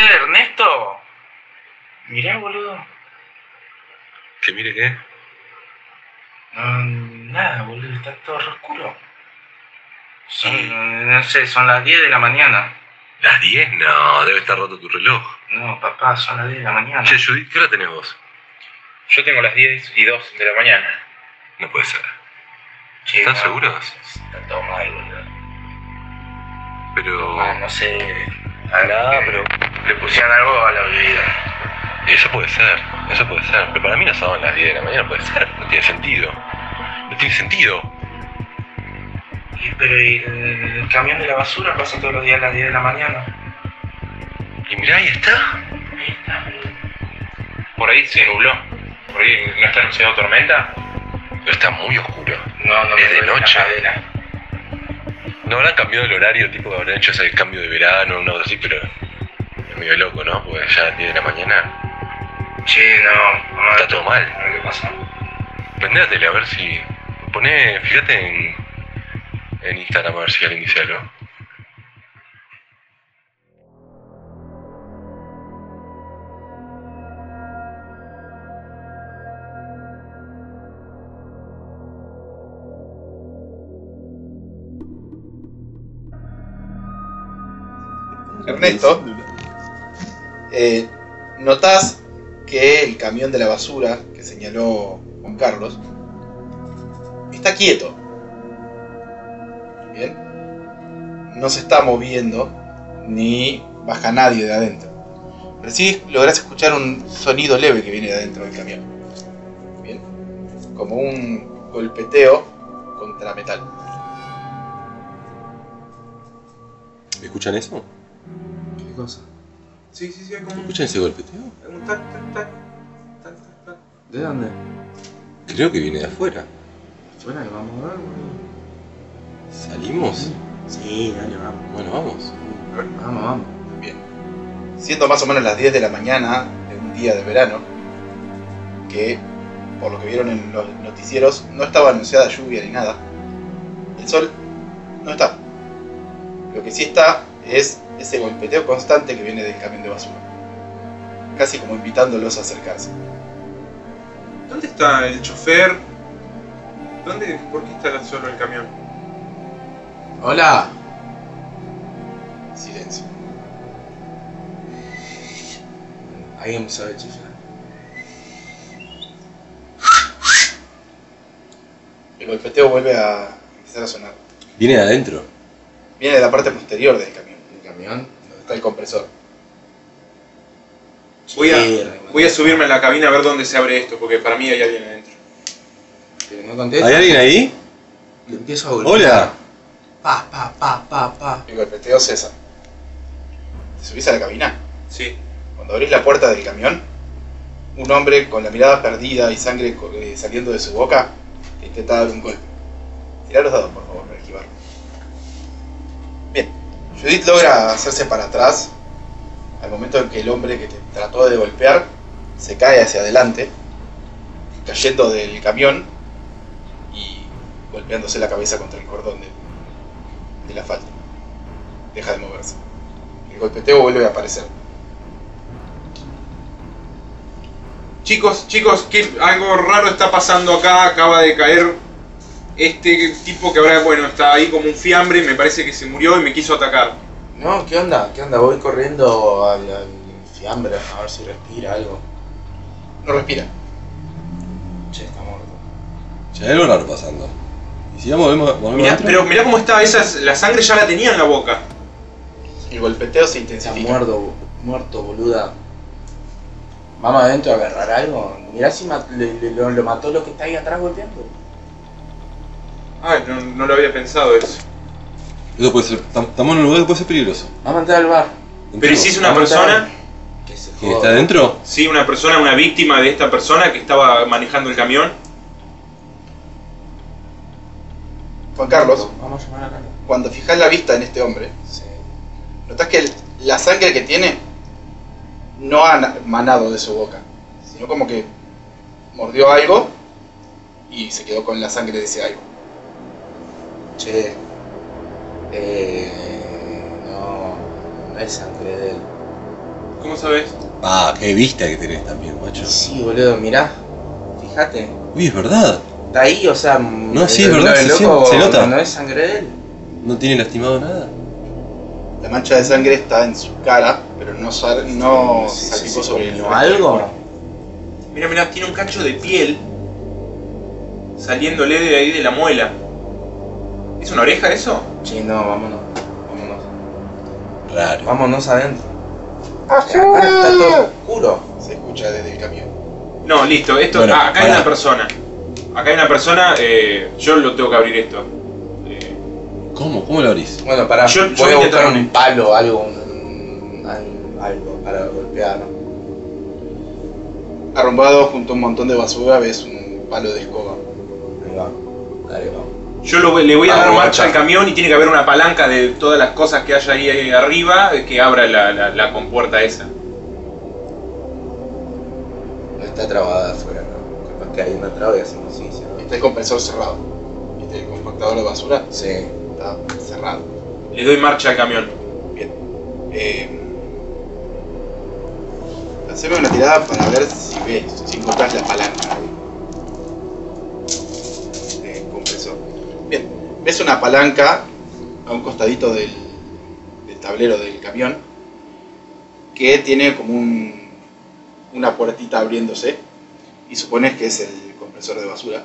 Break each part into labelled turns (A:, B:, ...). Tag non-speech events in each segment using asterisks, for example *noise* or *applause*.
A: Ernesto. Mirá, boludo.
B: Que mire qué.
A: No, nada, boludo, está todo re oscuro. Son, no sé, son las 10 de la mañana.
B: ¿Las 10? No, debe estar roto tu reloj.
A: No, papá, son las 10 de la
C: Ah.
A: mañana.
B: Che, Judith, ¿qué hora tenés vos?
C: Yo tengo las 10 y 2 de la mañana.
B: No puede ser.
A: Che,
C: Eh,
B: ¿Están
A: no,
B: seguros?
A: Está todo mal, boludo.
B: Pero. Ah,
A: Ah, no sé.
C: Nada, pero
A: Le pusieron algo a la bebida.
B: Eso puede ser, eso puede ser. Pero para mí no son las 10 de la mañana, puede ser. No tiene sentido. No tiene sentido.
A: Y- Pero ¿y el, el camión de la basura pasa todos los días a las 10 de la mañana.
B: Y mirá, ahí está.
A: Ahí está, boludo.
C: por ahí se nubló. Por ahí no está anunciado tormenta.
B: Pero está muy oscuro.
A: No, no
B: Es de
A: duele la
B: noche.
A: cadera.
B: No habrán cambiado el horario, tipo que habrán hecho ese cambio de verano o algo así, pero. Es medio loco, ¿no? Porque ya a las 10 de la mañana
A: Che, no, mamá,
B: está todo mal.
A: ¿qué pasa?
B: Prende la tele a ver si. Poné, fíjate en. En Instagram a ver si alguien dice algo.
D: Ernesto, eh, notás que el camión de la basura que señaló Juan Carlos está quieto. Bien. No se está moviendo ni baja nadie de adentro. Pero sí lográs escuchar un sonido leve que viene de adentro del camión. Bien. Como un golpeteo contra metal.
B: ¿Escuchan eso?
E: ¿Qué cosa?
D: Sí, sí, sí, es como
B: ¿Escuchan ese golpeteo?
D: un tac, tac, tac, tac, tac, tac.
E: ¿De dónde?
B: Creo que viene de afuera.
E: Fuera que vamos a ver, boludo.
B: ¿Salimos?
E: Sí, dale, vamos.
B: Bueno, vamos.
E: Vamos, vamos.
D: Bien. Siendo más o menos las 10 de la mañana de un día de verano, que por lo que vieron en los noticieros no estaba anunciada lluvia ni nada, el sol no está. Lo que sí está es ese golpeteo constante que viene del camión de basura, casi como invitándolos a acercarse.
F: ¿Dónde está el chofer? ¿Dónde, ¿Por qué está solo el camión?
E: Hola.
D: Silencio.
E: Alguien sabe chiflar.
D: El golpeteo vuelve a empezar a sonar.
B: Viene de adentro.
D: Viene de la parte posterior del camión,
E: ¿El camión?
D: donde está el compresor.
F: Voy a,
E: Mierda,
F: voy a subirme a la cabina a ver dónde se abre esto, porque para mí hay alguien adentro.
E: Que no contesta.
B: ¿Hay alguien ahí?
E: Le empiezo a golpear.
B: ¡Hola!
E: Pa, pa, pa, pa, pa.
D: El golpeteo cesa. Te subís a la cabina.
F: Sí.
D: Cuando abrís la puerta del camión, un hombre con la mirada perdida y sangre co- eh, saliendo de su boca te intenta dar un golpe. Tirá los dados, por favor, para esquivarlo. Bien, Judith logra hacerse para atrás al momento en que el hombre que te trató de golpear se cae hacia adelante, cayendo del camión y golpeándose la cabeza contra el cordón de, de la falda. Deja de moverse. El golpeteo vuelve a aparecer.
F: Chicos, chicos, que algo raro está pasando acá. Acaba de caer este tipo que ahora, bueno, está ahí como un fiambre. Me parece que se murió y me quiso atacar.
E: No, ¿qué onda? ¿Qué onda? Voy corriendo al, al fiambre a ver si respira algo.
D: No respira.
E: Che, está muerto.
B: Ya hay algo raro pasando. ¿Y si vamos, vemos, volvemos
F: Mirá,
B: adentro?
F: pero mirá cómo está. Esa, es- la sangre ya la tenía en la boca.
D: El golpeteo se
E: Está
D: intensifica.
E: muerto, bu- muerto, boluda. Vamos adentro a agarrar algo. Mirá si ma- le- le- lo, lo mató lo que está ahí atrás golpeando.
F: Ay, no, no lo había pensado eso.
B: Eso puede ser, tam- estamos en un lugar que puede ser peligroso.
E: Vamos a entrar al bar.
F: Pero ¿y si es una
E: Vamos a entrar.
F: persona?
E: Que se
B: ¿Que está
E: joda.
B: adentro?
F: Sí, una persona, una víctima de esta persona que estaba manejando el camión.
D: Juan Carlos,
E: Vamos a llamar a Carlos.
D: cuando fijas la vista en este hombre,
E: Sí.
D: notas que el- la sangre que tiene no ha na- manado de su boca, sino como que mordió algo y se quedó con la sangre de ese algo.
E: Che. Eh, no. No es sangre de él.
F: ¿Cómo sabes?
G: Ah, qué vista que tenés también, macho.
E: Sí, boludo, mirá. Fíjate.
G: Uy, es verdad.
E: Está ahí, o sea. No,
G: sí, es verdad, se siente- se nota.
E: No es sangre de él.
G: No tiene lastimado nada.
D: La mancha de sangre está en su cara, pero no, sal- no
E: Sí, sí,
D: salpicó
E: sí,
D: sobre el
E: ¿no? ¿Algo?
F: Mira, mira, tiene un cacho de piel saliéndole de ahí de la muela. ¿Es una oreja eso?
E: Sí, no, vámonos. Vámonos.
G: Raro.
E: Vámonos adentro. Acá está todo oscuro.
D: Se escucha desde el camión.
F: No, listo, esto.
G: Bueno,
F: ah, acá hay
G: pará.
F: una persona. Acá hay una persona, eh, yo lo tengo que abrir esto. Eh,
G: ¿Cómo? ¿Cómo lo abrís?
E: Bueno, pará.
F: Yo- yo
E: voy a
F: voy a
E: buscar
F: intentar-
E: un palo, algo, un- al- algo para golpear.
D: Arrumbado junto a un montón de basura ves un palo de escoba.
E: Ahí va. Dale, vamos.
F: yo lo- le voy
E: Ah,
F: a dar
E: bueno,
F: marcha
E: ya.
F: al camión y tiene que haber una palanca de todas las cosas que haya ahí, eh, arriba eh, que abra la, la- la compuerta esa.
E: No está trabada afuera, ¿no? Capaz que hay una traba y hacemos así, ¿sí?
D: Está el compresor cerrado. ¿Viste? El compactador de basura
E: Sí.
D: está cerrado.
F: Le doy marcha al camión.
D: Eh, haceme una tirada para ver si ves, si encontrás la palanca de- de compresor. Bien, ves una palanca a un costadito del, del tablero del camión que tiene como un- una puertita abriéndose y supones que es el compresor de basura.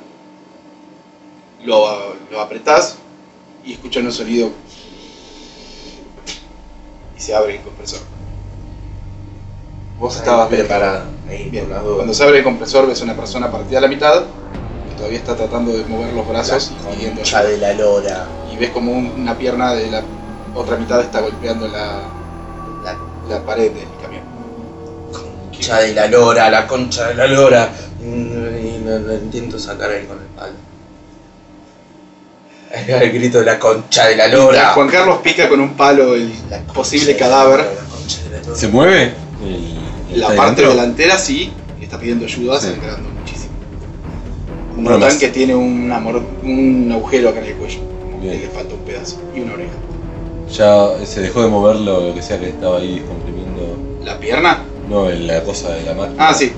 D: Lo, lo apretás y escuchas un sonido y se abre el compresor. Vos estabas
E: preparada. Ahí,
D: Bien,
E: por las
D: cuando
E: dudas.
D: se abre el compresor ves una persona partida a la mitad que todavía está tratando de mover los brazos y
E: La
D: pidiendo
E: concha
D: ayuda.
E: de la lora.
D: Y ves como un- una pierna de la otra mitad está golpeando la, la, la pared del camión.
E: Concha de la lora, la concha de la lora. Y lo, lo intento sacar ahí con el palo. El grito de la concha de la lora.
D: Juan Carlos pica con un palo el
E: La concha
D: posible
E: de la
D: cadáver.
E: lora, la concha de la lora.
G: ¿Se mueve? El-
D: La
G: está
D: parte
G: adentro.
D: delantera sí, y está pidiendo ayuda,
G: Sí.
D: se está quedando muchísimo. Un
G: Uno
D: ratán
G: más.
D: que tiene una mor- un agujero acá en el cuello, como que
G: Bien.
D: le falta un pedazo y una oreja.
G: Ya se dejó de mover lo, lo que sea que estaba ahí descomprimiendo.
D: ¿La pierna?
G: No, el- la cosa de la máquina.
D: Ah, sí.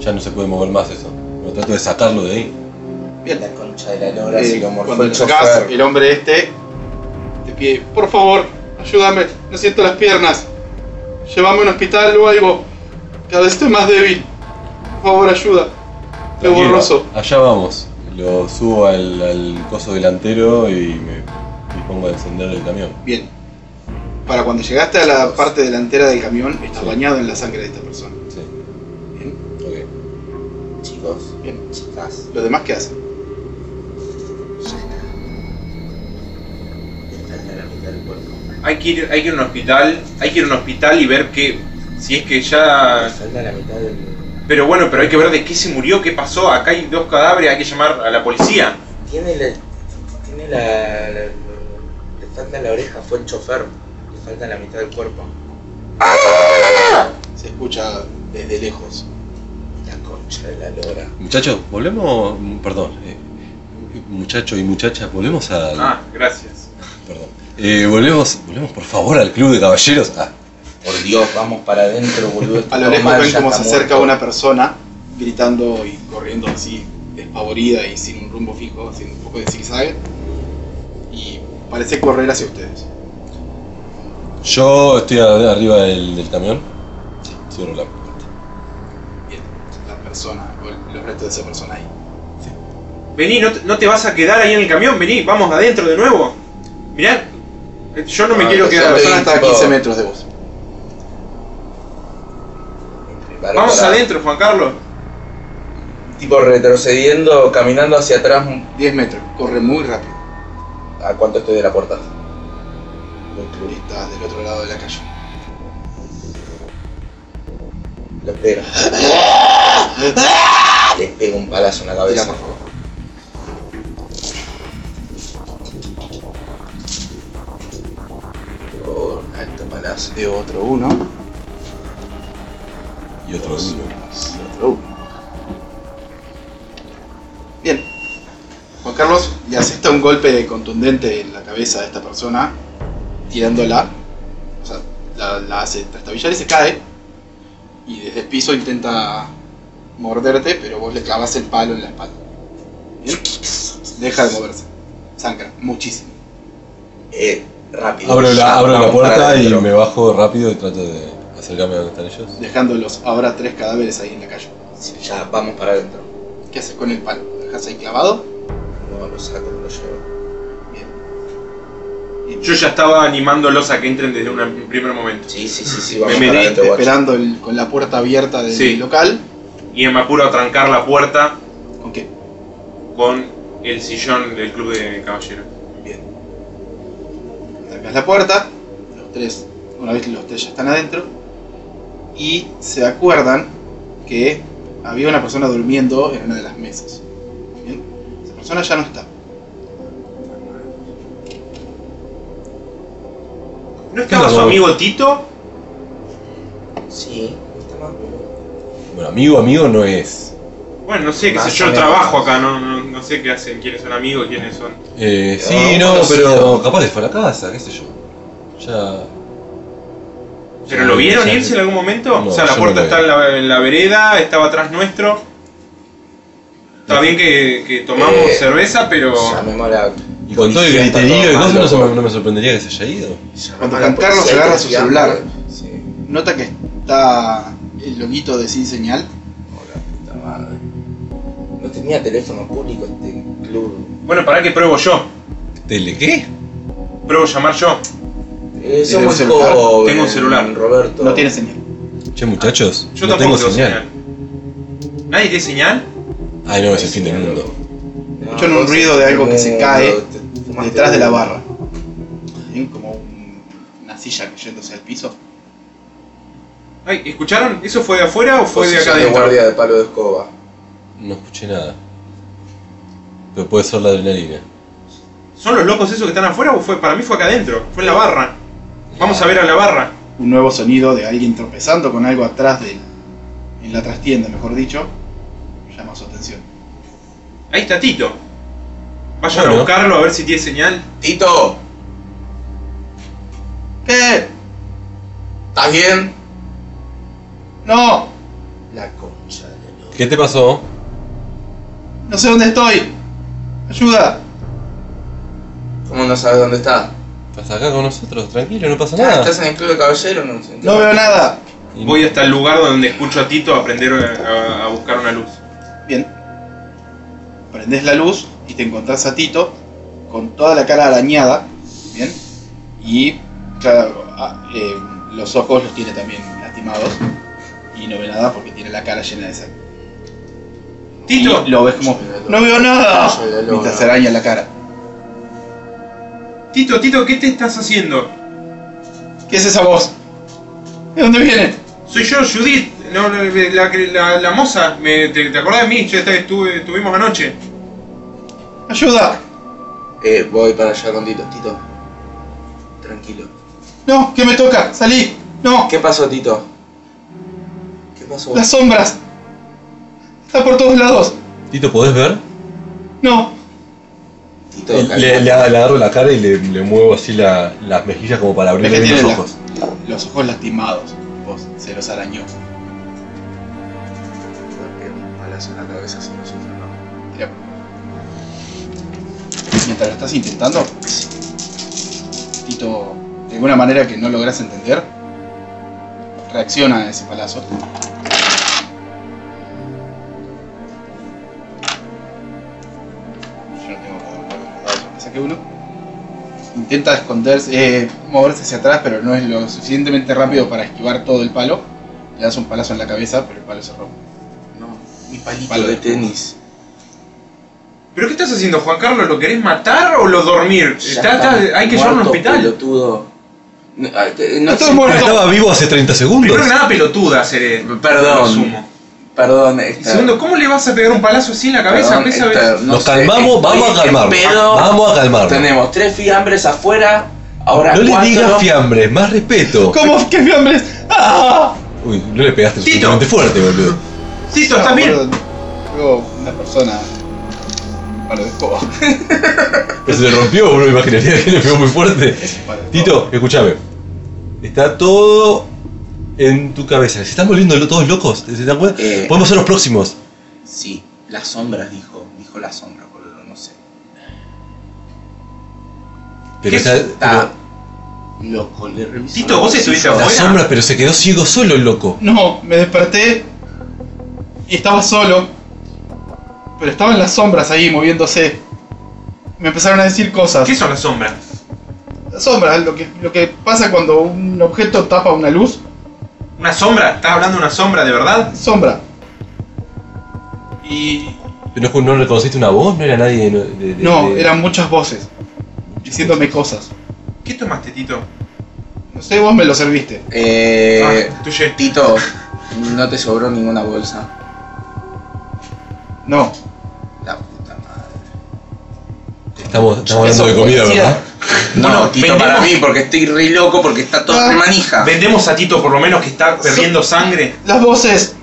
G: Ya no se puede mover más eso. Pero trato de sacarlo de ahí.
D: Bien.
E: La concha de la lora,
D: Eh,
E: si lo morfó
D: cuando
E: el
D: lo sacás,
E: chofer.
D: el hombre este te pide, por favor, ayúdame, no siento las piernas. Llévame a un hospital o algo. Cada vez estoy más débil. Por favor, ayuda. Estoy
G: Tranquilo,
D: borroso.
G: Allá vamos. Lo subo al, al coso delantero y me dispongo a encender el camión.
D: Bien. Para cuando llegaste a la parte delantera del camión, estás
G: Sí.
D: bañado en la sangre de esta persona.
G: Sí.
D: Bien.
G: Ok.
E: Chicos,
D: Bien.
E: chicas,
D: ¿Los demás qué hacen?
E: está en la mitad del cuerpo.
F: Hay que ir, hay que ir a un hospital, hay que ir a un hospital y ver que si es que ya
E: Falta la mitad del.
F: Pero bueno, pero hay que ver de qué se murió, qué pasó. Acá hay dos cadáveres, hay que llamar a la policía.
E: Tiene la. Tiene la. la- le falta la oreja, fue el chofer. Le falta la mitad del cuerpo.
D: Se escucha desde lejos.
E: La concha de la lora.
G: Muchachos, volvemos. Perdón. eh, muchachos y muchachas, volvemos a.
F: Ah, gracias.
G: Perdón. Eh, volvemos, volvemos por favor al club de caballeros. Ah,
E: Por Dios, vamos para adentro,
D: *laughs*
E: boludo.
D: A lo lejos ven cómo se acerca una persona gritando y corriendo así, despavorida y sin un rumbo fijo, haciendo un poco de zigzag. Y parece correr hacia ustedes.
G: yo estoy a- arriba del, del camión. Cierro la puerta.
D: Bien, la persona, o los restos de esa persona ahí.
F: Vení, no te, no te vas a quedar ahí en el camión, vení, vamos adentro de nuevo. Mirá, eh, yo no me
E: Ah,
F: quiero
E: que
D: La
F: quedar.
E: sabe.
D: persona está a
E: tipo-
D: 15 metros de vos.
F: Vamos adentro, Juan Carlos.
E: Tipo retrocediendo, caminando hacia atrás.
D: 10 metros, corre muy rápido.
E: ¿A cuánto estoy de la puerta?
D: Estás del otro lado de la calle.
E: Lo
F: *laughs*
E: espero. Le pego un palazo en la
D: Tira,
E: cabeza.
D: por favor.
E: Oh, alto palazo.
D: De otro uno.
G: Y otro uno.
D: y otro uno. Bien. Juan Carlos le asesta un golpe contundente en la cabeza de esta persona, tirándola. O sea, la, la hace trastabillar y se cae. y desde el piso intenta morderte, pero vos le clavas el palo en la espalda. Bien. Deja de moverse. Sangra, muchísimo.
E: Eh, rápido.
H: Abro la,
E: ya,
H: abro la
E: vamos para
H: puerta y
E: adentro.
H: me bajo rápido y trato de acercarme a donde están ellos.
D: Dejándolos ahora tres cadáveres ahí en la calle.
E: Sí, ya, vamos para adentro.
D: ¿Qué haces con el palo? ¿Lo dejas ahí clavado?
E: No, lo saco, me lo llevo.
D: Bien.
F: Yo ya estaba animándolos a que entren desde una- un primer momento.
E: Sí, sí, sí, sí, vamos
F: Me
E: para
F: medí,
E: adentro, guacho.
D: Esperando el- con la puerta abierta del
F: Sí.
D: local.
F: Y me apuro a trancar la puerta
D: ¿Con qué?
F: con el sillón del club de caballeros.
D: Trancas la puerta, los tres, una vez que los tres ya están adentro, y se acuerdan que había una persona durmiendo en una de las mesas. Bien, Esa persona ya no está.
F: ¿No estaba
H: Claro.
F: su amigo Tito?
E: Sí, está más, boludo.
H: Bueno, amigo, amigo no es.
F: Bueno, no sé, qué sé
E: Más o
F: yo,
E: menos.
F: trabajo acá, no, no, no sé qué hacen, quiénes son amigos, quiénes son.
H: Eh,
E: Pero
H: sí, no,
E: vamos a
H: pero
E: hacer-
H: capaz les fue a la casa, qué sé yo. Ya.
F: ¿Pero
H: ya-
F: lo vieron
H: ya-
F: irse en algún momento?
H: No,
F: o sea, la
H: yo
F: puerta
H: no lo
F: está
H: vi.
F: en la, en la vereda, estaba atrás nuestro. Está bien que, que tomamos
E: Eh,
F: cerveza, pero.
E: Llamémosla.
H: Y con todo el
E: Policía está
H: griterío y
E: todo
H: cosas,
E: mal,
H: no, se
E: loco.
H: me- no me sorprendería que se haya ido.
D: Cuando Juan Carlos
E: se
D: agarra su celular.
E: eh, Sí,
D: Nota que está el loguito de sin señal.
E: hola, puta madre. No tenía teléfono público este club.
F: Bueno, para que pruebo yo.
H: ¿Tele qué?
F: Pruebo llamar yo.
E: Eh,
D: ¿Tenés un
E: somos
D: celular?
E: jóvenes,
F: Tengo un celular.
E: Roberto.
D: No tiene señal.
H: Che, muchachos,
F: Yo
H: no
F: tampoco
H: tengo señal.
F: ¿Nadie tiene señal?
H: Ay, no, es el fin del mundo.
E: No,
D: Escuchan un
E: vos
D: ruido de
E: sos
D: algo que se
E: tremendo,
D: cae
E: te- fumaste
D: Detrás de la
E: un-
D: barra. Bien, Como un- una silla cayéndose al piso.
F: Ay, ¿escucharon? ¿Eso fue de afuera o fue de acá
E: Posición de
F: adentro?
E: guardia de palo de escoba.
H: No escuché nada. Pero puede ser la adrenalina.
F: ¿Son los locos esos que están afuera o fue? Para mí fue acá adentro, fue en la barra. Vamos a ver a la barra.
D: Un nuevo sonido de alguien tropezando con algo atrás de él. En la trastienda, mejor dicho. Llama su atención.
F: Ahí está Tito. Vayan a
H: Bueno.
F: buscarlo a ver si tiene señal.
E: ¡Tito!
D: ¿Qué?
E: ¿Estás bien?
D: ¡No!
E: La concha de la
H: ¿Qué te pasó?
D: No sé dónde estoy. Ayuda.
E: ¿Cómo no sabes dónde está?
H: ¿Estás acá con nosotros? Tranquilo, no pasa
E: Ah,
H: nada.
E: ¿Estás en el club de caballeros? No, sé.
D: No veo nada.
H: Y-
F: Voy hasta el lugar donde escucho a Tito aprender a, a- a buscar una luz.
D: Bien. Prendés la luz y te encontrás a Tito con toda la cara arañada. Bien. Y claro, ah, eh, los ojos los tiene también lastimados. Y no ve nada porque tiene la cara llena de sangre.
F: Tito,
D: Y lo ves como... No veo nada.
E: Soy la lona.
D: Mientras se araña la cara.
F: Tito, Tito, ¿qué te estás haciendo?
D: ¿Qué es esa voz? ¿De dónde viene?
F: Soy yo, Judith, no, no, la, la- la moza. Me- ¿te, te acordás de mí? Yo esta- estuve, estuvimos anoche.
D: Ayuda.
E: Eh, voy para allá con Tito. Tito. Tranquilo.
D: No, ¿qué me toca? Salí. No,
E: ¿Qué pasó, Tito? ¿Qué pasó?
D: las sombras. Está por todos lados.
H: Tito, ¿podés ver?
D: No,
E: Tito,
H: Le, le- le agarro la cara y le, le muevo así la- las mejillas como para abrirle
D: Ves que
H: bien los
D: tiene la-
H: ojos.
D: los ojos lastimados. Vos, se los arañó.
E: Un palazo en la cabeza si no sufre, ¿no?
D: Mirá. Mientras lo estás intentando, Tito, de alguna manera que no logras entender, reacciona a ese palazo. Yo no tengo poder para los dados, me saqué uno. Intenta esconderse, eh, moverse hacia atrás, pero no es lo suficientemente rápido para esquivar todo el palo. Le das un palazo en la cabeza, pero el palo se rompe.
E: No, mi palito
D: Palo de
E: de tenis.
F: ¿Pero qué estás haciendo, Juan Carlos? ¿Lo querés matar o lo dormir?
E: Ya
F: Está-
E: está,
F: está- Eh, hay que llevarlo al
E: muerto,
F: hospital.
E: pelotudo. No, ah, te- no
D: Estás
E: sé-
D: muerto.
H: Estaba vivo hace 30 segundos.
F: Primero que nada, pelotuda seré.
E: Perdón.
F: lo asumo.
E: Perdón,
F: Y
E: esta-
F: segundo, ¿cómo le vas a pegar un palazo así en la cabeza?
E: perdón,
F: Pesa-
E: esta- no
H: Nos
E: sé,
H: calmamos,
E: estoy
H: vamos a
E: en
H: calmarnos.
E: pedo.
H: Vamos a calmarnos.
E: Tenemos tres fiambres afuera. Ahora
H: No le
E: cuatro.
H: digas fiambre, más respeto.
D: ¿Cómo que mi hambre es? ¡Ah!
H: Uy, no le pegaste
F: Tito.
H: suficientemente fuerte, boludo.
F: Tito, ¿estás bien?
D: Perdón. Luego una persona. Palo de escoba.
H: Pero se le rompió, boludo, imaginaría que le pegó muy
D: Palo
H: fuerte.
D: de escoba.
H: Tito, escúchame. Está todo en tu cabeza. ¿Se están volviendo lo- todos locos? ¿Se dan cuenta?
E: Eh,
H: Podemos ser los próximos.
E: sí, las sombras, dijo. Dijo las sombras, boludo, no sé.
H: Pero,
F: ¿Qué
H: o sea,
E: Está loco, le revisó.
F: Tito,
E: la
F: ¿vos estuviste ¿eh?
H: pero-
E: bolsa.
H: la
F: afuera?
H: sombra, pero se quedó ciego solo el loco.
D: No, me desperté y estaba solo. Pero estaban las sombras ahí moviéndose. Me empezaron a decir cosas.
F: ¿Qué son las sombras?
D: Las sombras, lo que, lo que pasa cuando un objeto tapa una luz.
F: ¿Una sombra? ¿Estás hablando de una sombra de verdad?
D: Sombra.
F: Y.
H: Pero no, no reconociste una voz, no era nadie de. de- de-
D: No,
H: de-
D: eran muchas voces diciéndome cosas.
F: ¿Qué tomaste, Tito?
D: No sé, vos me lo serviste.
E: Eh,
F: Ah, tuyo.
E: Tito, no te sobró ninguna bolsa.
D: No.
E: La puta madre.
H: Estamos, estamos
D: Eso
H: hablando de comida,
D: parecía-
H: ¿verdad?
E: No,
F: Bueno,
E: Tito,
F: vendemos-
E: para mí, porque estoy re loco, porque está todo
D: Ah,
E: re manija.
F: ¿Vendemos a Tito por lo menos que está perdiendo sangre?
D: Las voces.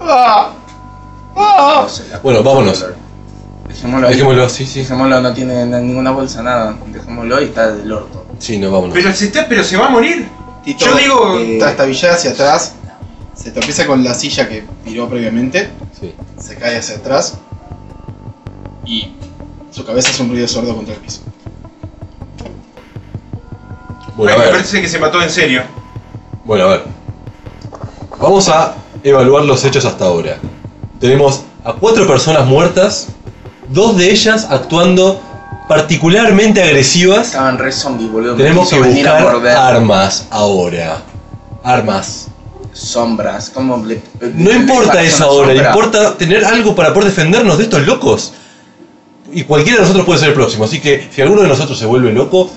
D: ¡Ah! ¡Ah!
E: No sé, la
H: Bueno,
E: puta
H: vámonos.
E: madre. Dejémoslo ahí.
H: Dejémoslo, sí, sí.
E: Dejémoslo, no tiene na- ninguna bolsa, nada. Dejémoslo y está del orto.
H: Sí, no, vámonos.
F: Pero se, está, pero se va a morir.
D: Tito
F: Yo digo-
H: Eh,
D: está estabillada hacia atrás, se tropieza con la silla que tiró previamente,
H: Sí.
D: se cae hacia atrás y su cabeza hace un ruido sordo contra el piso.
H: Bueno, a
F: Ay, me
H: ver.
F: parece que se mató en serio.
H: Bueno, a ver. Vamos a evaluar los hechos hasta ahora. Tenemos a cuatro personas muertas, dos de ellas actuando particularmente agresivas.
E: Estaban re zombies, boludo. me
H: Tenemos
E: quiso
H: que
E: venir a
H: buscar
E: morder.
H: armas ahora. Armas.
E: sombras. ¿Cómo le-
H: No
E: le-
H: importa
E: le-
H: esa
E: son
H: hora,
E: sombras?
H: importa tener algo para poder defendernos de estos locos. Y cualquiera de nosotros puede ser el próximo, así que si alguno de nosotros se vuelve loco,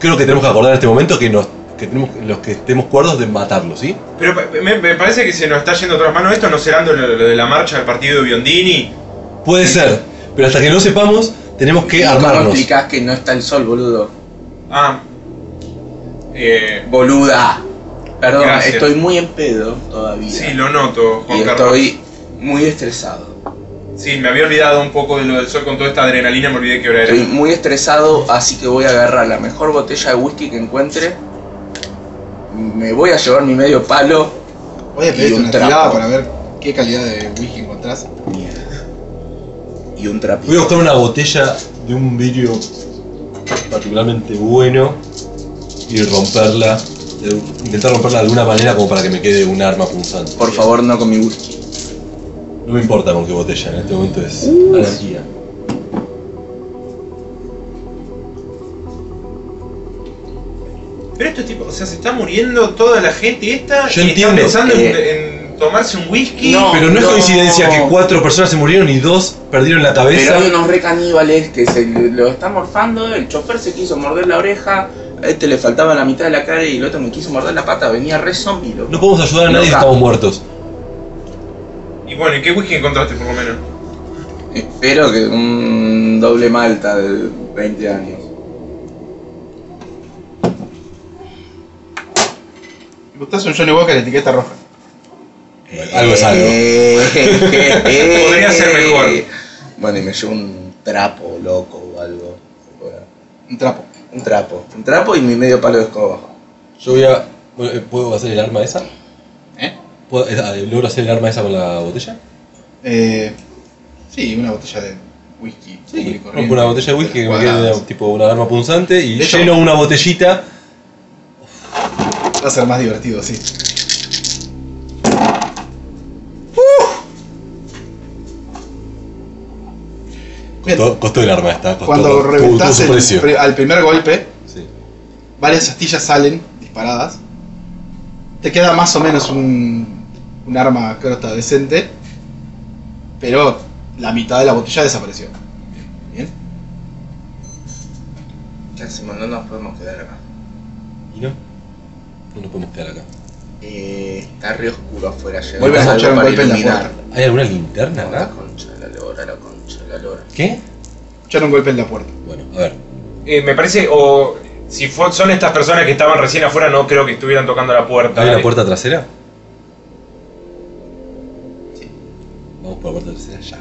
H: creo que tenemos que acordar en este momento que, nos, que tenemos, los que estemos cuerdos de matarlo, ¿sí?
F: Pero pa- me, me parece que se nos está yendo tras mano esto, ¿no será lo, lo de la marcha del partido de Biondini?
H: Puede ser, pero hasta que no sepamos, tenemos
E: ¿Y
H: que
E: ¿Cómo
H: armarnos.
E: explicás que no está el sol, boludo?
F: Ah. Eh,
E: Boluda. Perdón,
F: Gracias.
E: estoy muy en pedo todavía.
F: sí, lo noto,
E: y
F: Juan Carlos.
E: estoy muy estresado.
F: Sí, me había olvidado un poco de lo del sol con toda esta adrenalina, me olvidé que hora era.
E: Estoy muy estresado, así que voy a agarrar la mejor botella de whisky que encuentre. Me voy a llevar mi medio palo.
D: Voy a
E: Y
D: pedirte
E: un
D: una tirada
E: trapo.
D: para ver qué calidad de whisky encontrás.
E: Y un trapito.
H: Voy a buscar una botella de un vidrio particularmente bueno y romperla, de- intentar romperla de alguna manera como para que me quede un arma punzante.
E: Por favor, no con mi whisky.
H: No me importa con qué botella, en este momento es anarquía.
F: Pero esto es tipo, o sea, se está muriendo toda la gente esta
H: Yo
F: y
H: entiendo.
F: está pensando en-
E: Eh.
F: en, tomarse un whisky.
E: No,
H: Pero no es
E: no.
H: coincidencia que cuatro personas se murieron y dos perdieron la
E: Pero
H: cabeza.
E: hay unos re caníbales que se lo están morfando, el chofer se quiso morder la oreja, a este le faltaba la mitad de la cara y el otro me quiso morder la pata, venía re zombie, loco.
H: No podemos ayudar a nadie si
E: Loca.
H: estamos muertos.
F: Y bueno, ¿y qué whisky encontraste por lo menos?
E: Espero que un doble malta de 20 años.
D: Gustás un Johnny Walker etiqueta roja.
H: Algo es *laughs* algo.
F: Podría
E: Podría
F: ser mejor.
E: Bueno, y me llevo un trapo, loco, o algo. Bueno,
D: Un trapo.
E: Un trapo. Un trapo y mi medio palo de escoba.
H: Yo voy a. bueno, eh, ¿Puedo hacer el arma esa?
D: ¿Eh?
H: ¿Puedo- eh, ah, ¿Logro hacer el arma esa con la botella?
D: Eh, sí, una botella de whisky. común y
H: Sí,
D: corriente,
H: rompo una botella de whisky que me quede
D: cuadradas.
H: tipo una arma punzante y
D: De hecho-
H: lleno una botellita.
D: Va a ser más divertido, sí. Bien.
H: Costó, costó el arma esta, costó,
D: Cuando
H: tuvo- tuvo
D: reventás
H: su
D: el
H: precio.
D: pre- al primer golpe,
H: Sí.
D: varias astillas salen disparadas. Te queda más o menos un, un arma crota decente, pero la mitad de la botella desapareció. Bien.
E: ¿Qué hacemos? No nos podemos quedar acá.
H: ¿Y no? No nos podemos quedar acá.
E: Eh, está re oscuro afuera. llega
D: Vuelves a
E: algo
D: echar un
E: para
D: golpe en la
E: iluminar.
D: puerta.
H: ¿Hay alguna linterna
E: No, la
H: acá?
E: concha, de la lora, la concha, de la lora.
H: ¿Qué?
D: Echar un golpe en la puerta.
H: Bueno, a ver.
F: Eh, me parece, o si fue- son estas personas que estaban recién afuera, no creo que estuvieran tocando la puerta.
H: ¿Hay una
F: Eh,
H: puerta trasera? Vamos por la puerta trasera ya.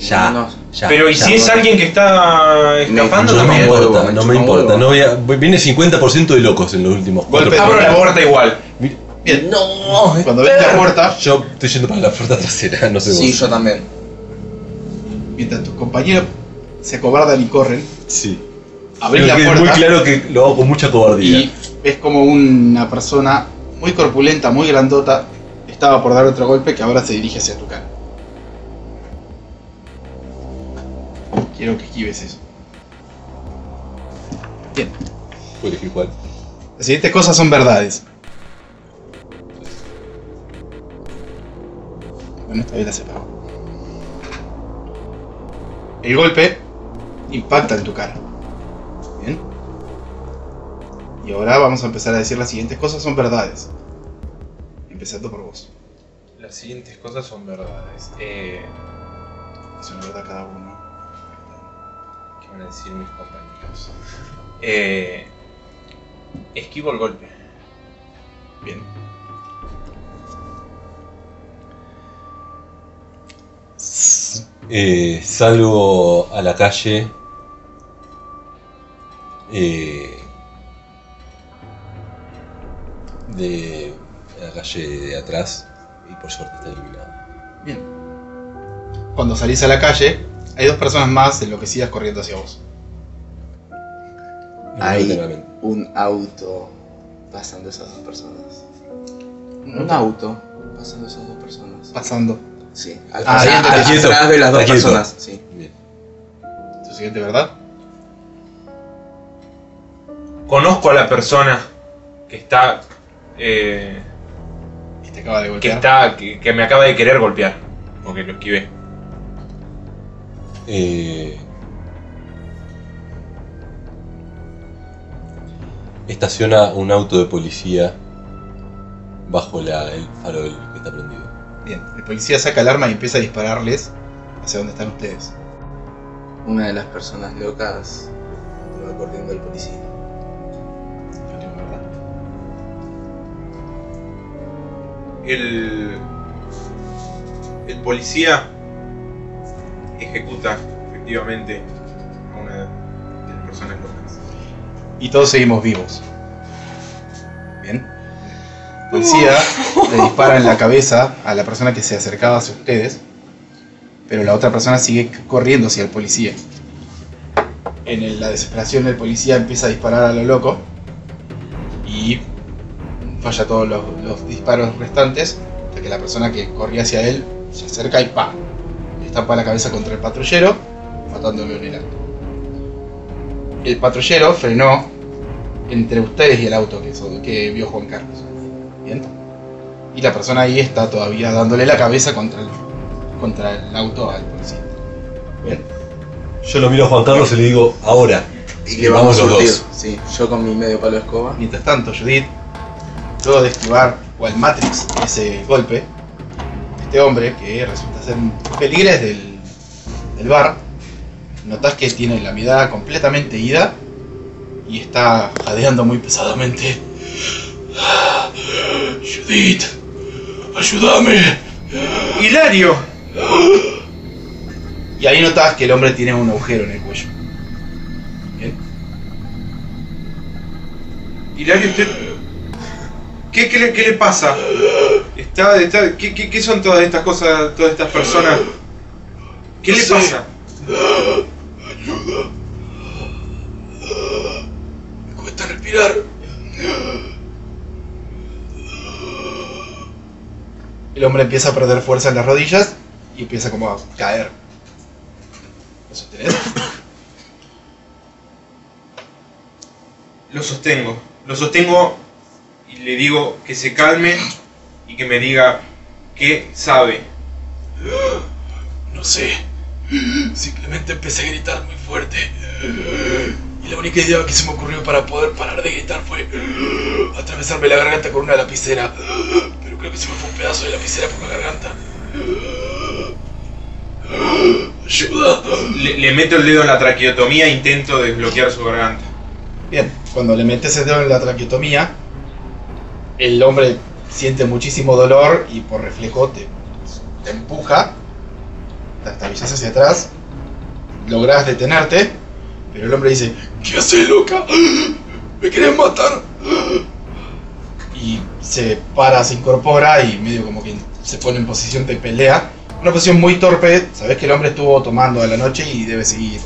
H: Ya.
E: No, no.
H: ya
F: Pero ¿y
H: ya.
F: si es alguien que está escapando
H: No me
F: también?
E: huevo,
H: importa,
E: me
H: no
E: chupa
H: me
E: un
H: importa.
E: huevo.
H: No voy a- viene 50% de locos en los últimos cuatro
D: Golpe.
F: Abro
H: personas.
F: la puerta igual.
H: Mi-
D: Bien.
I: No,
D: Cuando ves la puerta,
H: Yo estoy yendo para la puerta trasera, *laughs* no sé
I: Sí,
H: vos.
I: yo también.
D: mientras tus compañeros se acobardan y corren,
H: Sí.
D: abrís
H: Creo
D: la
H: que es
D: puerta
H: muy claro que lo hago con mucha cobardía.
D: y ves como una persona muy corpulenta, muy grandota, estaba por dar otro golpe que ahora se dirige hacia tu cara. Quiero que esquives eso.
H: Puedo elegir cuál.
D: Las siguientes cosas son verdades. Bueno, esta vez la separo. El golpe impacta en tu cara. Bien. Y ahora vamos a empezar a decir las siguientes cosas son verdades. Empezando por vos.
J: Las siguientes cosas son verdades. Eh,
D: Es una verdad cada uno.
J: ¿Qué van a decir mis compañeros? Eh, esquivo el golpe.
D: Bien.
H: S- eh, salgo a la calle. eh, de a la calle de atrás. Y por suerte está iluminado.
D: Cuando salís a la calle, hay dos personas más enloquecidas corriendo hacia vos.
H: No
E: Ahí.
H: creo que realmente.
E: Un auto pasando esas dos personas.
D: No,
E: Un auto pasando esas dos personas.
D: pasando.
E: Sí.
D: Ah, ahí está,
E: atrás
H: quieto.
E: de las dos
H: Está quieto.
E: personas. Sí.
H: Bien.
D: ¿Tu siguiente verdad?
J: Conozco a la persona que está. eh,
D: Y te acaba de
J: que
D: golpear.
J: está. Que, que me acaba de querer golpear. Porque lo esquivé.
H: Eh, estaciona un auto de policía bajo la, el farol que está prendido.
D: Bien, el policía saca el arma y empieza a dispararles hacia donde están ustedes.
E: Una de las personas locas va corriendo al policía.
F: El. El policía ejecuta efectivamente a una de las personas locas.
D: Y todos seguimos vivos. Bien. El policía le dispara en la cabeza a la persona que se acercaba hacia ustedes, pero la otra persona sigue corriendo hacia el policía. En el- la desesperación, el policía empieza a disparar a lo loco y falla todos los, los disparos restantes, hasta que la persona que corría hacia él se acerca y ¡pa! Le estampa la cabeza contra el patrullero, matándolo en el acto. El patrullero frenó entre ustedes y el auto que, so- que vio Juan Carlos. ¿Bien? Y la persona ahí está todavía dándole la cabeza contra el, contra el auto al policía.
H: Yo lo miro a Juan Carlos y le digo, ahora.
E: Y
H: Y
E: le vamos,
H: vamos
E: a
H: los
E: surtir. Sí. Yo con mi medio palo de escoba.
D: Mientras tanto, Judith, luego de esquivar al Matrix ese golpe, este hombre que resulta ser un peligres del, del bar, notas que tiene la mirada completamente ida y está jadeando muy pesadamente. Judith, ayúdame.
F: ¡Hilario!
D: Y ahí notas que el hombre tiene un agujero en el cuello.
F: Hilario, usted. ¿Qué, qué le, qué le pasa? Está, está, ¿qué, qué, qué son todas estas cosas, todas estas personas? ¿Qué le pasa?
D: Cuesta respirar. El hombre empieza a perder fuerza en las rodillas y empieza como a caer. ¿Lo sostenés?
F: Lo sostengo. Lo sostengo y le digo que se calme y que me diga qué sabe.
D: No sé. Simplemente empecé a gritar muy fuerte. Y la única idea que se me ocurrió para poder parar de gritar fue atravesarme la garganta con una lapicera. Pero creo que se me fue un pedazo de lapicera por la garganta. ¡Ayuda!
F: Le, le meto el dedo en la traqueotomía e intento desbloquear su garganta.
D: Bien, cuando le metes el dedo en la traqueotomía, el hombre siente muchísimo dolor y por reflejo te, te empuja, te estabilizas hacia atrás, logras detenerte, pero el hombre dice, ¿qué haces, loca? ¿Me querés matar? Y se para, se incorpora y medio como que se pone en posición de pelea. Una posición muy torpe, sabes que el hombre estuvo tomando a la noche y debe seguir.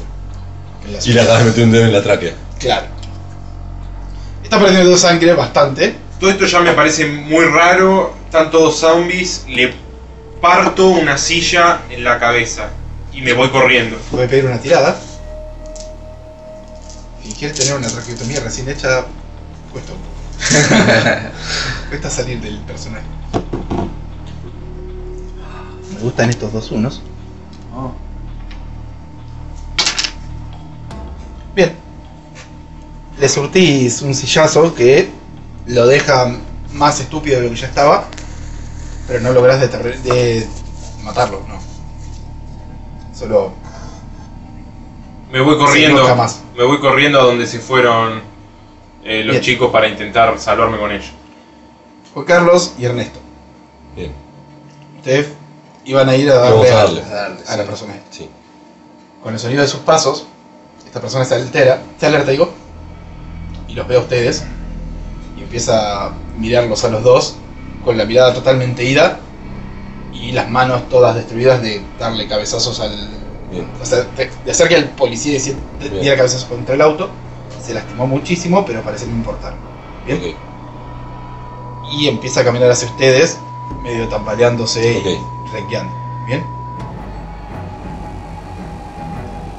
D: en la
H: Y le
D: suya.
H: acabas de meter un dedo en la tráquea.
D: Claro. Está perdiendo sangre bastante.
F: Todo esto ya me parece muy raro. Están todos zombies. Le parto una silla en la cabeza. Y me voy corriendo.
D: Voy a pedir una tirada. Fingir tener una traqueotomía recién hecha *laughs* cuesta un poco. cuesta salir del personaje. Me gustan estos dos unos. Bien. Le surtís un sillazo que lo deja más estúpido de lo que ya estaba, pero no lográs deterre- de matarlo, no. Solo
F: Me voy
D: Sí,
F: corriendo.
D: nunca más.
F: me voy corriendo a donde se fueron eh, los
D: Bien.
F: chicos para intentar salvarme con ellos.
D: Juan Carlos y Ernesto.
H: Bien.
D: Ustedes iban a ir a
H: Vamos
D: darle,
H: a
D: a,
H: darle.
D: a darle, a la persona. esta.
H: Sí.
D: Con el sonido de sus pasos, esta persona se altera, se alerta, digo, y los ve a ustedes, y empieza a mirarlos a los dos, con la mirada totalmente ida, y las manos todas destruidas de darle cabezazos al...
H: Bien.
D: O sea, de, de hacer que el policía dici- de-
H: Bien.
D: diera cabezazos contra el auto, se lastimó muchísimo, pero parece no importar. Bien.
H: Ok,
D: Y empieza a caminar hacia ustedes, medio tambaleándose y
H: ok.
D: renqueando. ¿Bien?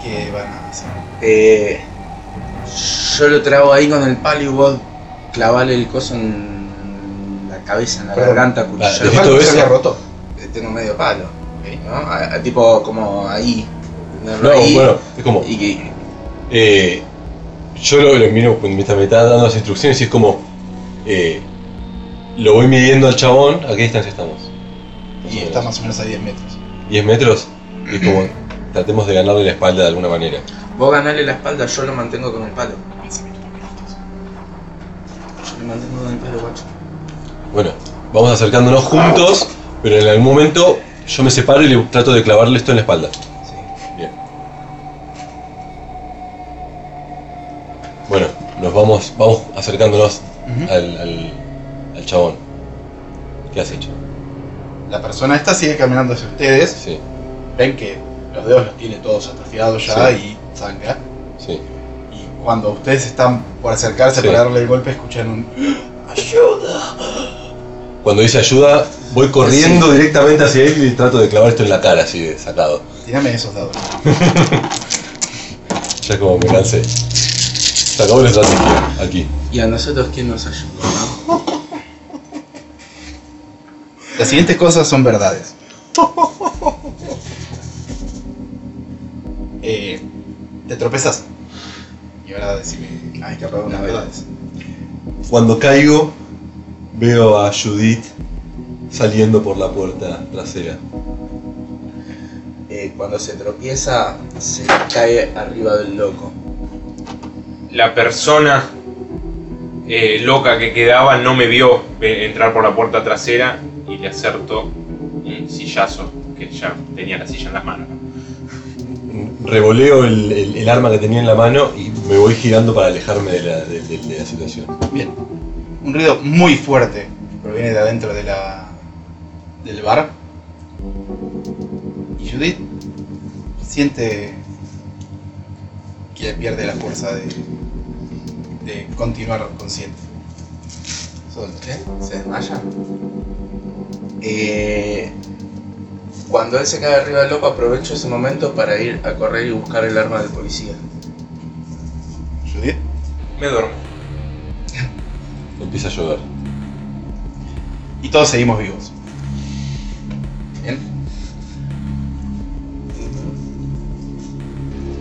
D: ¿Qué van a hacer?
E: Eh, yo lo trago ahí con el palo y vos clavale el coso en la cabeza, en la
D: Perdón.
E: garganta,
H: Vale,
D: El
E: cuchillo.
H: Listo,
D: palo se
H: eso.
D: había roto.
E: Eh, Tengo medio palo, ¿eh? ¿no? A- a- tipo como ahí.
H: No,
E: ahí,
H: bueno, es como.
E: Y que
H: eh, yo lo, lo miro cuando me está, me está dando las instrucciones y es como. eh, lo voy midiendo al chabón. ¿A qué distancia estamos?
D: Y está más o menos a 10 metros.
H: 10 metros. Y es como. *clears throat* Tratemos de ganarle la espalda de alguna manera.
E: vos ganale la espalda, yo lo mantengo con el palo. Yo lo mantengo con el palo, guacho.
H: Bueno, vamos acercándonos juntos, pero en algún momento yo me separo y le trato de clavarle esto en la espalda. Bien. Bueno, nos vamos, vamos acercándonos al, al- al chabón. ¿Qué has hecho?
D: La persona esta sigue caminando hacia ustedes.
H: Sí,
D: Ven que los dedos los tiene todos atrofiados ya y sangra.
H: sí.
D: Y cuando ustedes están por acercarse
H: Sí.
D: para darle el golpe, escuchan un.
H: Cuando dice ayuda, voy corriendo directamente hacia él y trato de clavar esto en la cara, así de sacado.
D: Tírame esos dados.
H: Ya como me cansé. Se acabó la estrategia, aquí.
E: Y a nosotros, ¿quién nos ayuda? no?
D: Las siguientes cosas son verdades. Eh, te tropezas. Y ahora decime. Ay, que hablaba unas verdades.
H: Cuando caigo, veo a Judith saliendo por la puerta trasera.
E: Eh, cuando se tropieza, se cae arriba del loco.
F: La persona eh, loca que quedaba no me vio ve- entrar por la puerta trasera y le acertó un sillazo que ya tenía la silla en las manos.
H: Revoleo el, el- el arma que tenía en la mano y me voy girando para alejarme de la, de- de- de la situación.
D: Bien. Un ruido muy fuerte proviene de adentro de la, del bar. Y Judith siente que pierde la fuerza de, de continuar consciente.
E: Son, ¿eh? ¿Se desmaya? Eh, cuando él se cae arriba del loco, aprovecho ese momento para ir a correr y buscar el arma del policía.
D: Judith,
F: Me duermo.
H: Empieza a llover.
D: y todos seguimos vivos. Bien.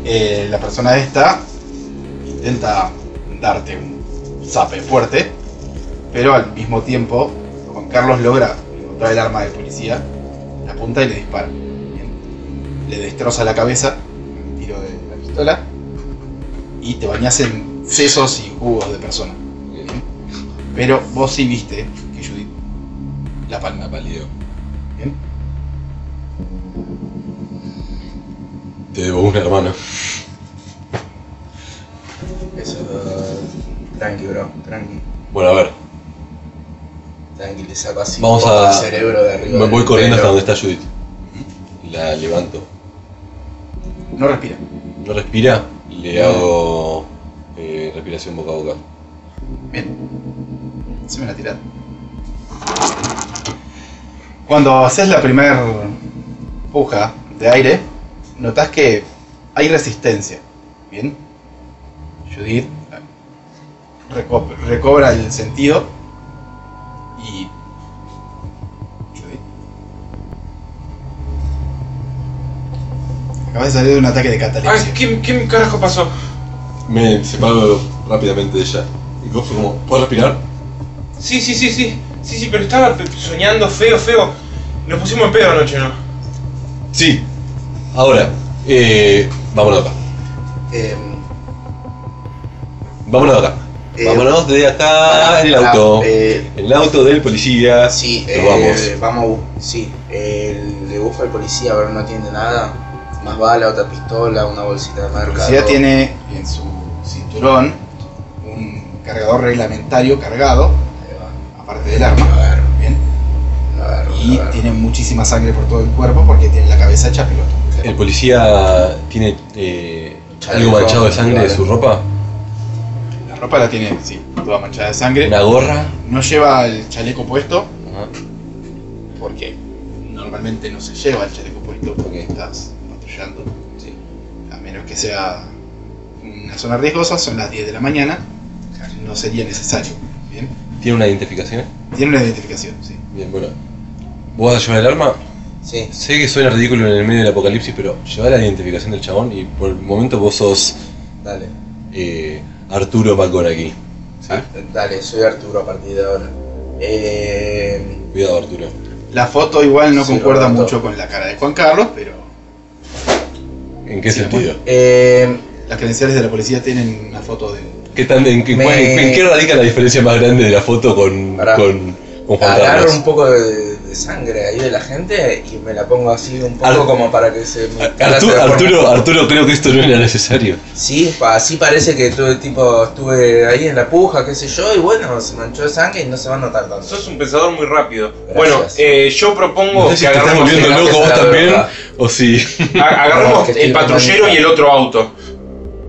D: Eh, la persona esta intenta darte un zape fuerte, pero al mismo tiempo Juan Carlos logra encontrar el arma del policía, la apunta y le dispara. Bien. Le destroza la cabeza, un tiro de la pistola, y te bañas en sesos y jugos de persona. Bien. Pero vos sí viste que Judith la palma palideó. Bien.
H: Te debo una, hermano.
E: Eso. Tranqui, bro, tranqui.
H: Bueno, a ver.
E: Tranqui, le saco así
H: Vamos
E: un poco
H: a-
E: el cerebro de arriba.
H: Me voy
E: del
H: corriendo hasta
E: pelo.
H: donde está Judith. Y la levanto.
D: No respira.
H: No respira, le hago eh, respiración boca a boca.
D: Se me la tirada. Cuando haces la primer puja de aire, notas que hay resistencia. ¿Bien? Judith reco- recobra el sentido y... Judith. Acabas de salir de un ataque de
F: Ay,
D: catalepsia.
F: ¿qué, qué carajo pasó?
H: Me separo rápidamente de ella. Y fue como, ¿puedo respirar?
F: Sí, sí, sí, sí. Sí, sí, pero estaba pe- soñando feo, feo. Nos pusimos en pedo anoche, ¿no?
H: Sí. Ahora, eh, vámonos de acá.
E: Eh,
H: Vámonos de acá.
E: eh,
H: vámonos de acá
E: pará,
H: Ah, en el
E: pará,
H: auto.
E: eh,
H: En el auto del policía.
E: sí,
H: Nos
E: eh,
H: vamos.
E: vamos. a bu- sí, eh, le busco al policía, a ver, no tiene nada. Más bala, otra pistola, una bolsita de
D: El
E: marca.
D: policía
E: todo.
D: tiene en su cinturón un cargador reglamentario cargado,
E: Ahí Eh, va,
D: aparte del arma. Bien.
E: lo agarro, lo
D: Y
E: agarro.
D: tiene muchísima sangre por todo el cuerpo porque tiene la cabeza hecha pelota.
H: El policía tiene eh, algo
E: Chaleco,
H: manchado de sangre de
E: vale.
H: su ropa.
D: La ropa la tiene, sí, toda manchada de sangre.
H: Una gorra.
D: No lleva el chaleco puesto porque normalmente no se lleva el chaleco puesto porque estás patrullando.
H: Sí.
D: A menos que sea una zona riesgosa, son las 10 de la mañana, no sería necesario. Bien.
H: Tiene una identificación.
D: Tiene una identificación, sí.
H: Bien, bueno. ¿Vos vas a llevar el arma?
E: Sí,
H: Sé que suena ridículo en el medio del apocalipsis, pero llevar la identificación del chabón y por el momento vos sos
E: dale.
H: eh, Arturo Pacón aquí. ¿Eh?
E: Dale, soy Arturo a partir de ahora. Eh,
H: Cuidado, Arturo.
D: La foto igual no
E: Sí,
D: concuerda
E: Roberto.
D: mucho con la cara de Juan Carlos, pero
H: ¿En qué
D: Sí,
H: sentido?
E: eh,
D: las credenciales de la policía tienen una foto de...
H: ¿Qué tan, en, qué,
E: Me-
H: cuál- en qué radica la diferencia más grande de la foto con,
E: Pará.
H: con, con Juan
E: agarro
H: Carlos?
E: un poco de, de sangre ahí de la gente y me la pongo así un poco
H: Ar-
E: como para que se me.
H: Ar- Artu-
E: trate de
H: Arturo,
E: formar-
H: Arturo, creo que esto no era necesario.
E: Sí, pa- así parece que todo el tipo estuve ahí en la puja, qué sé yo, y bueno, se manchó de sangre y no se va a notar tanto.
F: Sos un pensador muy rápido. Bueno, eh, yo propongo
H: No sé si
F: que
H: te estás
F: agarremos,
H: volviendo
F: el,
H: loco vos
E: Gracias a la
H: también,
E: droga.
H: o si...
F: a- agarremos
E: Que
F: el
E: estoy
F: patrullero y
E: tomando.
F: el otro auto.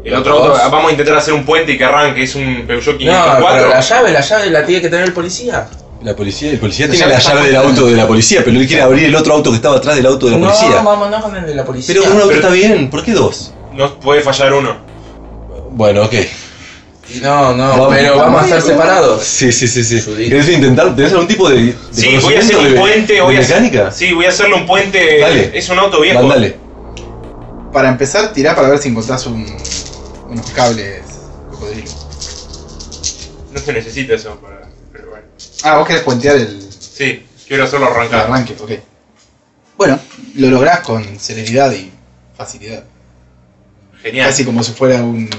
F: El otro auto,
E: ¿Los dos?
F: vamos a intentar hacer un puente y que arranque, es un Peugeot
E: No, pero
F: 504.
E: la llave, la llave la tiene que tener el policía.
H: La policía, el policía
E: La
H: tiene
E: llave
H: la
E: está
H: llave del auto de la policía, pero él quiere abrir el otro auto que estaba atrás del auto de la policía.
E: No, vámonos con el de la policía.
H: pero un auto
F: pero-
H: está bien, ¿por qué dos?
F: Nos puede fallar uno.
H: Bueno, ok.
E: No, no,
H: Vamos,
E: pero vamos a estar separados.
H: Sí, sí, sí, sí.
E: Judith.
H: ¿Querés intentar? ¿Tenés algún tipo de, de
F: Sí, voy a hacer
H: conocimiento
F: un
H: de-
F: puente,
H: de
F: voy a hacer-
H: mecánica?
F: Sí, voy a hacerle un puente.
H: Dale.
F: Es un auto viejo.
H: Mándale.
D: Para empezar, tirá para ver si encontrás un- unos cables cocodrilo.
F: No se necesita eso para. Pero bueno.
D: Ah, vos querés puentear el,
F: Sí, quiero hacerlo
D: el
F: arrancar.
D: arranque, ok. Bueno, lo lográs con celeridad y facilidad.
F: Genial.
D: Casi como si fuera un-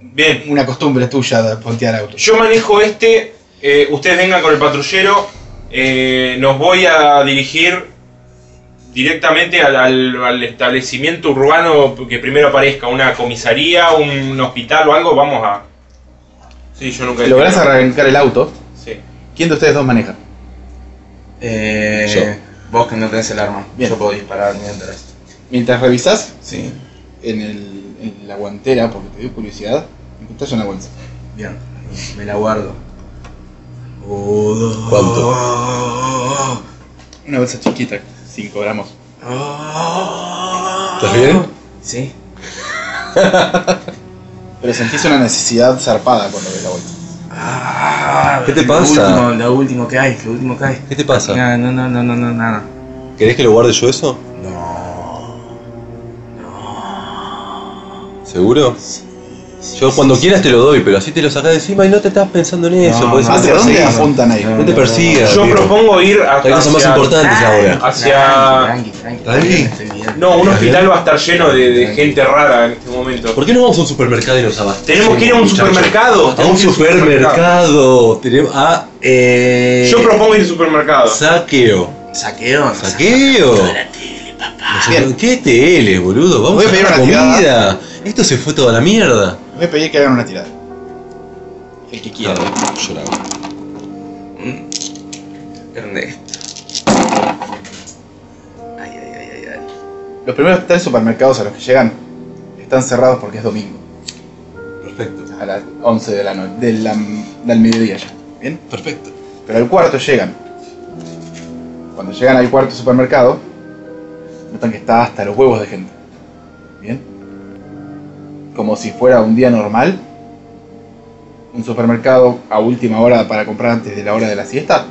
F: Bien.
D: una costumbre tuya de puentear autos.
F: Yo manejo este, eh, ustedes vengan con el patrullero, eh, nos voy a dirigir directamente al, al- al establecimiento urbano que primero aparezca, una comisaría, un hospital o algo, vamos a... Sí, yo nunca...
D: Lográs arrancar el auto.
F: Sí.
D: ¿Quién de ustedes dos maneja?
E: Eh, vos que no tenés el arma,
D: Bien.
E: yo puedo disparar mientras.
D: Mientras revisás
E: Sí,
D: en, el- en la guantera, porque te dio curiosidad, encontrás una bolsa.
E: bien, me la guardo.
H: ¿Cuánto?
D: Una bolsa chiquita, 5 gramos.
H: ¿Estás bien?
F: Ah,
E: Sí,
D: Pero sentís una necesidad zarpada cuando ves la bolsa.
E: Ah,
H: ¿Qué te
E: lo
H: pasa? Ah.
E: último- lo último que hay, lo último que hay.
H: ¿Qué te pasa?
E: Nada, no, no, no, no, no, nada.
H: ¿Querés que lo guarde yo eso?
E: No. No.
H: ¿Seguro? Yo cuando quieras te lo doy, pero así te lo sacás de encima y no te estás pensando en eso. pues,
E: No,
H: podés
E: no,
H: hacer-
D: ¿Hacia
E: te
D: dónde
E: persigan.
D: apuntan ahí?
H: no te persigas.
F: Yo
H: amigo.
F: propongo ir a-
H: Hay cosas más
F: hacia,
H: importantes ahora.
F: hacia...
E: Tranqui, tranqui,
H: ¿Tranqui?
E: tranqui. estoy bien.
F: No, un hospital va a estar lleno de, de gente rara en este momento.
H: ¿Por qué no vamos a un supermercado y nos abastecemos?
F: Tenemos que ir a un
H: muchachos?
F: supermercado.
H: A un
F: Tenemos que ir a un
H: supermercado. Tenemos a. eh,
F: Yo propongo ir al supermercado.
H: Saqueo.
E: Saqueo.
H: Saqueo.
D: Bien.
H: Nosotros- ¿Qué TL, boludo? Vamos
D: Voy a
H: a
D: pedir
H: pedir
D: una
H: comida.
D: tirada.
H: Esto se fue toda la mierda.
D: Voy a pedir que hagan una tirada. El que quiera.
H: Yo la hago.
E: Grande esto. Ay, ay, ay, ay, ay.
D: Los primeros tres supermercados a los que llegan están cerrados porque es domingo,
H: Perfecto,
D: a las 11 de la noche, de la- del mediodía ya. ¿Bien?
H: perfecto.
D: Pero al cuarto llegan. Cuando llegan al cuarto supermercado, notan que está hasta los huevos de gente. ¿Bien? Como si fuera un día normal. Un supermercado a última hora para comprar antes de la hora de la siesta.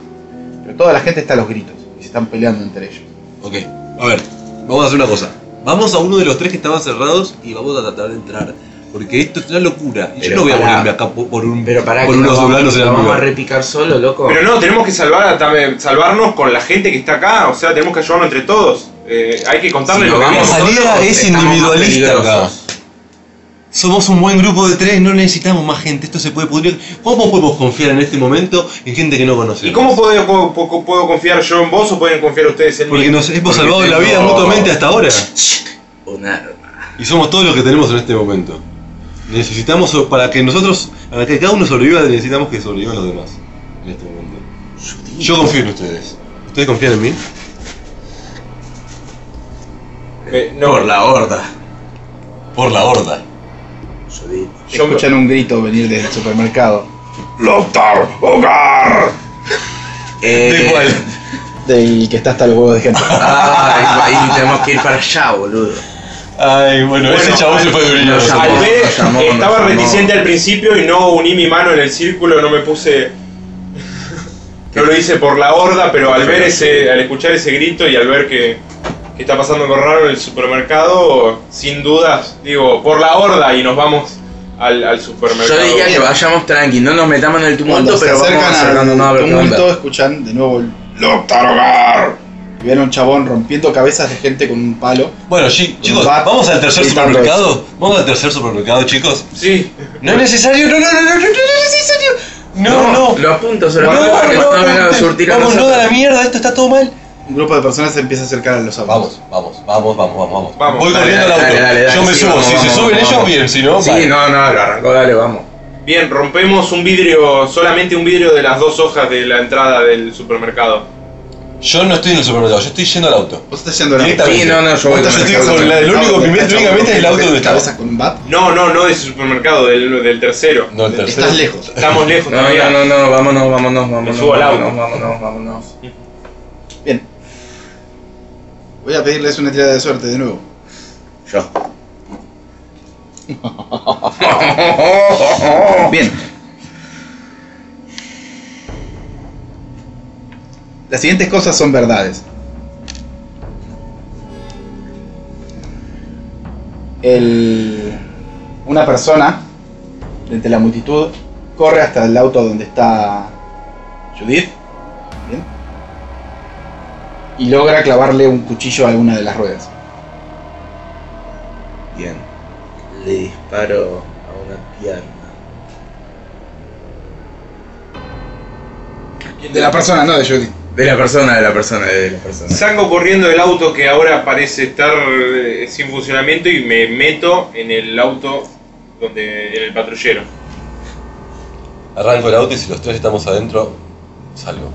D: Pero toda la gente está a los gritos y se están peleando entre ellos.
H: Ok, a ver, vamos a hacer una cosa. Vamos a uno de los tres que estaban cerrados y vamos a tratar de entrar. Porque esto es una locura. Y yo
E: Pero
H: no voy a
E: pará.
H: morirme acá po- por un.
E: Pero pará,
H: Por
E: que
H: unos
E: nos vamos-
H: doblanos en
E: nos
H: la
E: vamos
H: nuca.
E: a repicar solo, loco.
F: Pero no, tenemos que salvar a Tame- salvarnos con la gente que está acá, o sea, tenemos que ayudarnos entre todos. Eh, hay que contarle
E: Si
F: lo
E: nos
F: que
H: La
E: vamos
F: vamos.
H: salida
E: solos,
H: es
E: estamos más
H: individualista acá.
E: peligrosos.
H: Somos un buen grupo de tres, no necesitamos más gente. Esto se puede pudrir. ¿Cómo podemos confiar en este momento en gente que no conocemos?
F: ¿Y cómo puedo, puedo- puedo- puedo confiar yo en vos o pueden confiar ustedes en
H: Porque
F: mí?
H: nos hemos
F: Porque
H: salvado la vida
F: tengo-
H: mutuamente hasta ahora.
E: Un arma.
H: Y somos todos los que tenemos en este momento. Necesitamos, para que nosotros, para que cada uno sobreviva, necesitamos que sobrevivan los demás. En este momento. Yo confío en ustedes. ¿Ustedes confían en mí?
F: Eh, no,
E: Por la horda.
H: Por la horda.
E: Yo digo.
F: yo
D: Escuchan un grito venir desde el supermercado.
F: ¡Lothar! ¡Hogar!
E: Eh,
D: Del que está hasta los huevos de *laughs* gente.
E: Ay, ahí tenemos que ir para allá, boludo.
H: Ay, bueno, ese chabón se fue de brillo.
E: nos llamó,
F: Al ver,
E: nos llamó, nos
F: estaba
E: llamó.
F: reticente al principio y no uní mi mano en el círculo, no me puse. No lo hice por la horda, pero al ver ese, al escuchar ese grito y al ver que, que está pasando algo raro en el supermercado, sin dudas, digo, por la horda y nos vamos al, al supermercado.
E: Yo diría que vayamos tranqui, no nos metamos en el
D: Cuando
E: tumulto,
D: se
E: pero vamos
D: acercan
E: acercándonos a
D: al
E: ver qué onda.
D: tumulto, escuchan de nuevo el ¡Loctar hogar! Y ven a un chabón rompiendo cabezas de gente con un palo.
H: Bueno, chi- chicos,
D: Va-
H: vamos al tercer
D: gritando
H: supermercado. Vamos al tercer supermercado, chicos.
F: Sí,
H: No es necesario, no, no, no, no, no, no es necesario. No, no.
E: Lo apunto
H: No,
E: solamente para que no vengan a surtir a
H: vamos, no da la
E: nosotros.
H: mierda, esto está todo mal.
D: Un grupo de personas se empieza a acercar a los autos.
H: Vamos, vamos, vamos, vamos, vamos.
F: Vamos,
H: Voy
F: dale,
H: corriendo al
E: dale,
H: auto.
E: dale, dale,
H: Yo me
E: sí,
H: subo.
E: vamos,
H: si se
E: vamos,
H: suben
E: vamos,
H: ellos,
E: vamos.
H: bien. Si no,
E: Sí,
H: vale.
E: no, no, lo arrancó, dale, vamos.
F: bien, rompemos un vidrio, solamente un vidrio de las dos hojas de la entrada del supermercado.
H: Yo no estoy en el supermercado, yo estoy yendo al auto.
D: Vos estás yendo a la
H: Directamente.
E: Sí, no, no, yo voy
H: Vos
E: con
H: estás
E: la
H: yendo con la- el único que me
D: Está
H: venga a mente es el auto donde
D: cabezas
H: estaba.
D: con un bat.
F: No, no, no de ese supermercado, del, del tercero.
H: No, el tercero.
D: Estás lejos.
F: Estamos lejos
E: No,
F: todavía.
E: no, no, no, vámonos, vámonos,
F: Me
E: vámonos.
F: subo al auto.
E: Vámonos, vámonos, vámonos.
D: Voy a pedirles una tirada de suerte de nuevo.
E: Yo.
D: *laughs* Bien. Las siguientes cosas son verdades. El- una persona, de entre la multitud, corre hasta el auto donde está Judith. Bien. Y logra clavarle un cuchillo a alguna de las ruedas.
E: Bien. Le disparo a una pierna.
D: De la persona, no de Judith.
E: De la persona, de la persona, de la persona.
F: Salgo corriendo del auto que ahora parece estar eh, sin funcionamiento y me meto en el auto donde en el patrullero.
H: Arranco el auto y si los tres estamos adentro, salgo.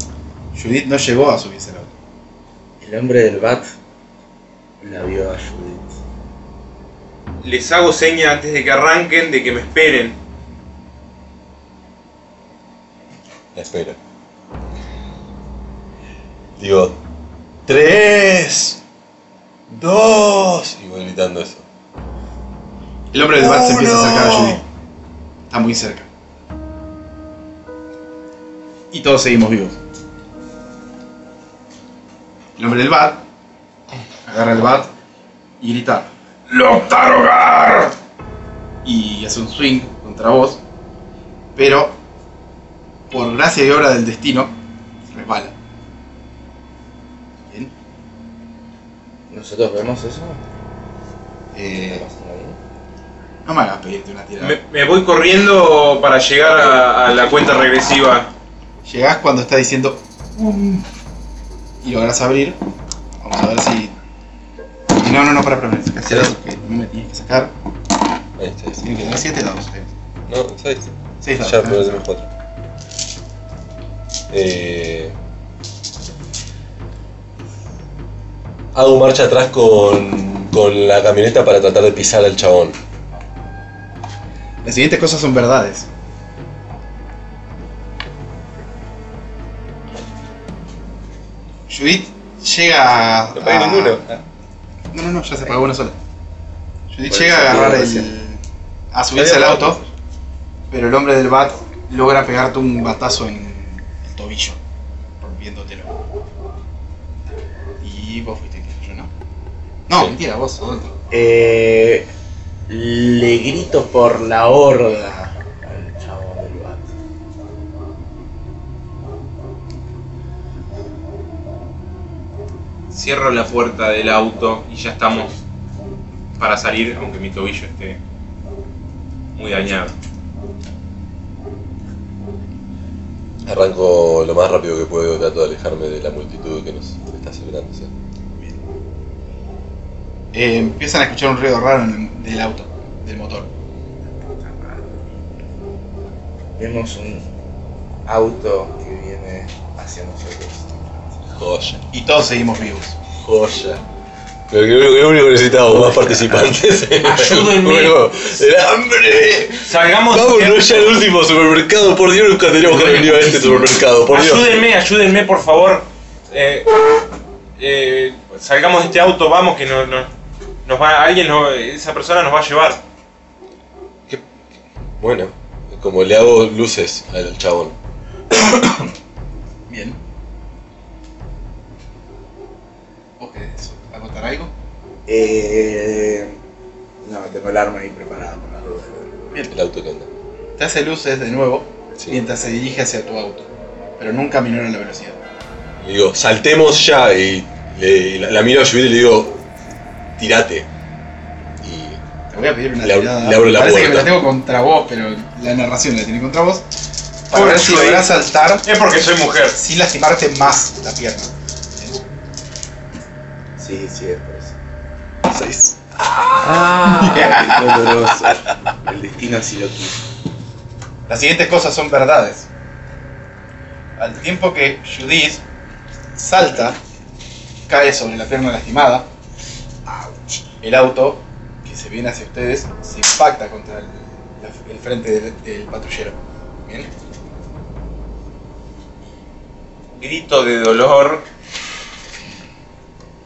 D: Judith no llegó a subirse al auto.
E: El hombre del bat la vio a Judith.
F: Les hago seña antes de que arranquen de que me esperen.
H: Espero. Digo, tres, dos, y voy gritando eso.
D: El hombre del bat se empieza a acercar a
H: ¡Uno!
D: Judith. Está muy cerca. Y todos seguimos vivos. El hombre del bat agarra el bat y grita ¡Loctar hogar! Y hace un swing contra vos, pero por gracia y obra del destino, resbala. Bien.
E: ¿Nosotros vemos eso?
D: Eh, no me hagas pedirte una tirada.
F: Me, me voy corriendo para llegar a, a la cuenta regresiva.
D: Llegás cuando está diciendo "Um", y logras abrir. Vamos a ver si. No, no, no, para, para, para. Sacás el dado que no me tienes que sacar.
H: Este,
D: Tiene que tener 7 dados. eh.
H: no, ¿sabes?
D: 6 ¿eh?
H: Ya, pero
D: dados.
H: tenemos cuatro. Eh,
G: hago marcha atrás con, con la camioneta para tratar de pisar al chabón.
D: Las siguientes cosas son verdades. Judith llega a.
K: No pagué
D: a-
K: ninguno.
D: No, no, no, ya se pagó una sola. Judith
K: Por
D: llega a
K: eso,
D: agarrar
K: bien,
D: el. a subirse al
K: Había
D: auto, pero el hombre del bat logra pegarte un batazo en el tobillo, rompiéndotelo. Y vos fuiste el que yo, ¿no? No, mentira, vos, Adolfo.
E: Eh, le grito por la horda al chavo del bat.
F: Cierro la puerta del auto y ya estamos para salir, aunque mi tobillo esté muy dañado.
G: Arranco lo más rápido que puedo, trato de alejarme de la multitud que nos está celebrando. ¿sí?
D: Eh, empiezan a escuchar un ruido raro en el- del auto, del motor.
E: Vemos un auto que viene hacia nosotros.
G: Joya,
D: Y todos seguimos vivos.
G: joya. Lo que- lo único que necesitamos, más participantes en el *laughs*
H: Ayúdenme.
G: juego. ¡El hambre!
F: Salgamos.
G: Vámonos ya al último supermercado, por Dios, nunca teníamos que haber venido a este supermercado, por Dios.
F: ayúdenme, ayúdenme, por favor. Eh, eh, salgamos de este auto, vamos, que no, no- nos va, alguien, nos- esa persona nos va a llevar.
G: Bueno, como le hago luces al chabón.
D: Bien. ¿Vos querés acotar algo?
E: Eh, no, tengo el arma ahí preparada por la duda.
G: El auto que anda.
D: Te hace luces de nuevo
G: Sí.
D: mientras se dirige hacia tu auto, pero nunca minora la velocidad.
G: Digo, saltemos ya y le- la, la miro a Judith y le digo, tirate. Y
D: Te voy a pedir una
G: Le abro-
D: tirada.
G: le abro la
D: Parece que me
G: puerta.
D: la tengo contra vos, pero la narración la tiene contra vos. Para
F: Pobre
D: ver si
F: Judith.
D: lográs saltar
F: Es porque soy mujer.
D: sin lastimarte más la pierna.
E: Sí, sí, es por eso.
D: Seis.
E: Ah, qué doloroso. El destino así lo quiso.
D: Las siguientes cosas son verdades. Al tiempo que Judith salta, cae sobre la pierna lastimada, el auto que se viene hacia ustedes se impacta contra el, la- el frente del, del patrullero. ¿Bien?
F: grito de dolor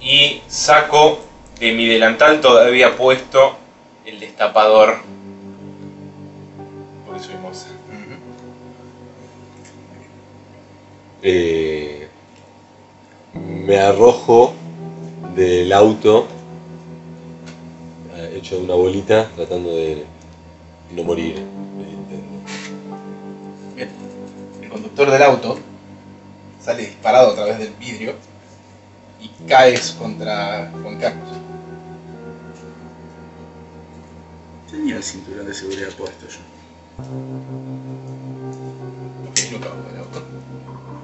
F: y saco de mi delantal todavía puesto el destapador. Porque soy moza.
G: eh, me arrojo del auto eh, hecho de una bolita tratando de no morir.
D: El conductor del auto sale disparado a través del vidrio y caes contra Juan Carlos.
H: Tenía el cinturón de seguridad puesto yo.
D: Lo que es lo que hago del auto.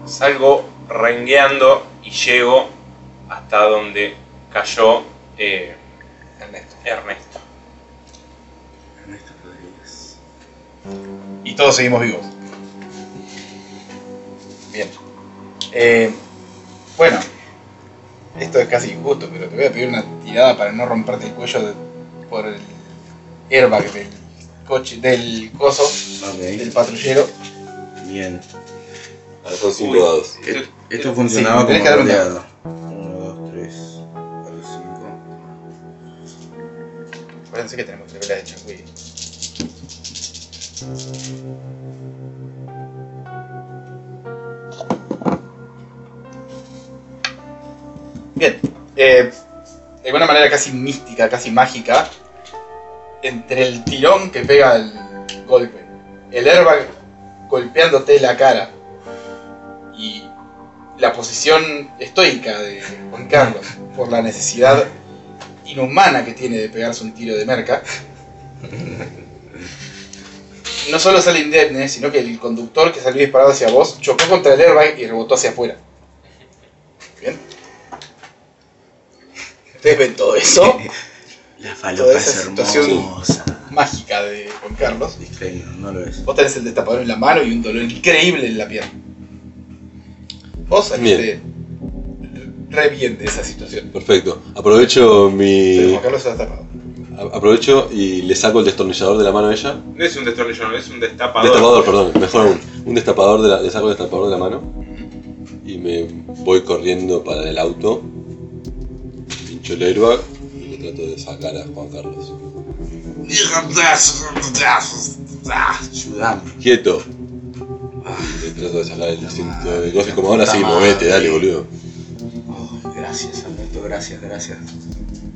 F: Salgo rengueando y llego hasta donde cayó eh,
E: Ernesto.
F: Ernesto.
H: Ernesto Rodríguez.
D: Y todos seguimos vivos. Bien. Eh, bueno, esto es casi injusto, pero te voy a pedir una tirada para no romperte el cuello de- por el airbag del coche, del coso, del
H: Ok,
D: patrullero.
H: bien.
G: Ah, son cinco
F: Uy.
G: dados.
H: E- Esto funcionaba
D: Sí, tenés
H: como
D: que dar un
H: rodeado. 1, 2, 3, 4, 5.
D: Acuérdense que tenemos que de Chancuy. Bien, eh, de alguna manera casi mística, casi mágica, entre el tirón que pega el golpe, el airbag golpeándote la cara y la posición estoica de Juan Carlos por la necesidad inhumana que tiene de pegarse un tiro de merca. No solo sale indemne, sino que el conductor que salió disparado hacia vos chocó contra el airbag y rebotó hacia afuera. Bien. Ustedes ven todo eso
H: La
D: Toda
H: falopa
D: esa
H: es
D: situación-
H: hermosa.
D: mágica de Juan Carlos.
H: Disclaimer, no lo es.
D: Vos tenés el destapador en la mano y un dolor increíble en la pierna. Vos saliste re bien de esa situación.
G: Perfecto. Aprovecho
D: Pero
G: mi.
D: Juan Carlos está tapado.
G: a- Aprovecho y le saco el destornillador de la mano a ella.
F: No es un destornillador, es un destapador.
G: Destapador, perdón, mejor aún. Un destapador, de la, le saco el destapador de la mano y me voy corriendo para el auto. Pincho el airbag y le trato de sacar a Juan Carlos.
E: Ayudame.
G: Quieto. Le trato de sacar el cinto de cosas como ahora sí, movete, dale, boludo.
E: Ay, gracias, Alberto, gracias, gracias.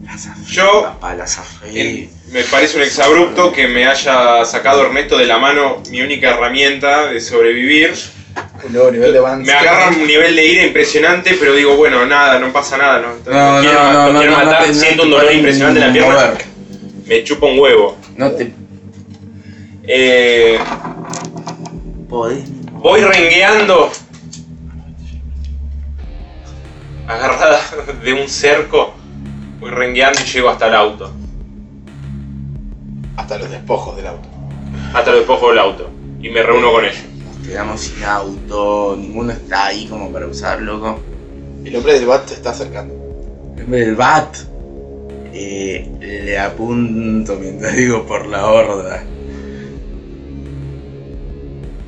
E: Las
F: Yo-
E: Papá, las
F: En- Me parece un exabrupto que me haya sacado Ernesto de la mano mi única herramienta de sobrevivir.
D: Un nuevo nivel de avance.
F: Me agarran un nivel de ira impresionante, pero digo, bueno, nada, no pasa nada, ¿no?
E: No,
F: quiero,
E: no, no, no,
F: quiero
E: no, no
F: matar,
E: te- no
F: siento
E: te
F: un dolor
E: pueden
F: impresionante en la pierna,
E: mover.
F: me chupa un huevo.
E: No te
F: Eh,
E: podés.
F: voy rengueando. Agarrada de un cerco, voy rengueando y llego hasta el auto.
D: Hasta los despojos del auto.
F: Hasta los despojos del auto. Y me reúno con ellos.
E: Nos quedamos sin auto, ninguno está ahí como para usar, loco.
D: El hombre del bat se está acercando.
E: El bat. Eh, le apunto mientras *laughs* digo por la horda.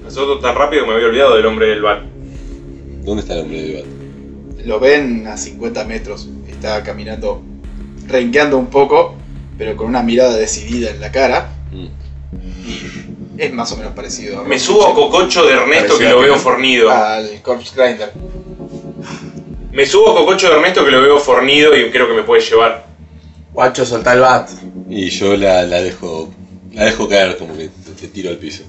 F: Nosotros tan rápido que me había olvidado del hombre del bar.
G: ¿Dónde está el hombre de debate?
D: Lo ven a 50 metros. Está caminando, renqueando un poco, pero con una mirada decidida en la cara.
G: Mm.
D: Es más o menos parecido a
F: Me subo a cococho de Ernesto que lo veo fornido.
D: al Corpse Grinder.
F: Me subo a cococho de Ernesto que lo veo fornido y creo que me puede llevar.
E: Guacho, soltá el bat.
G: Y yo la, la dejo. La dejo caer, como que te, te tiro al piso.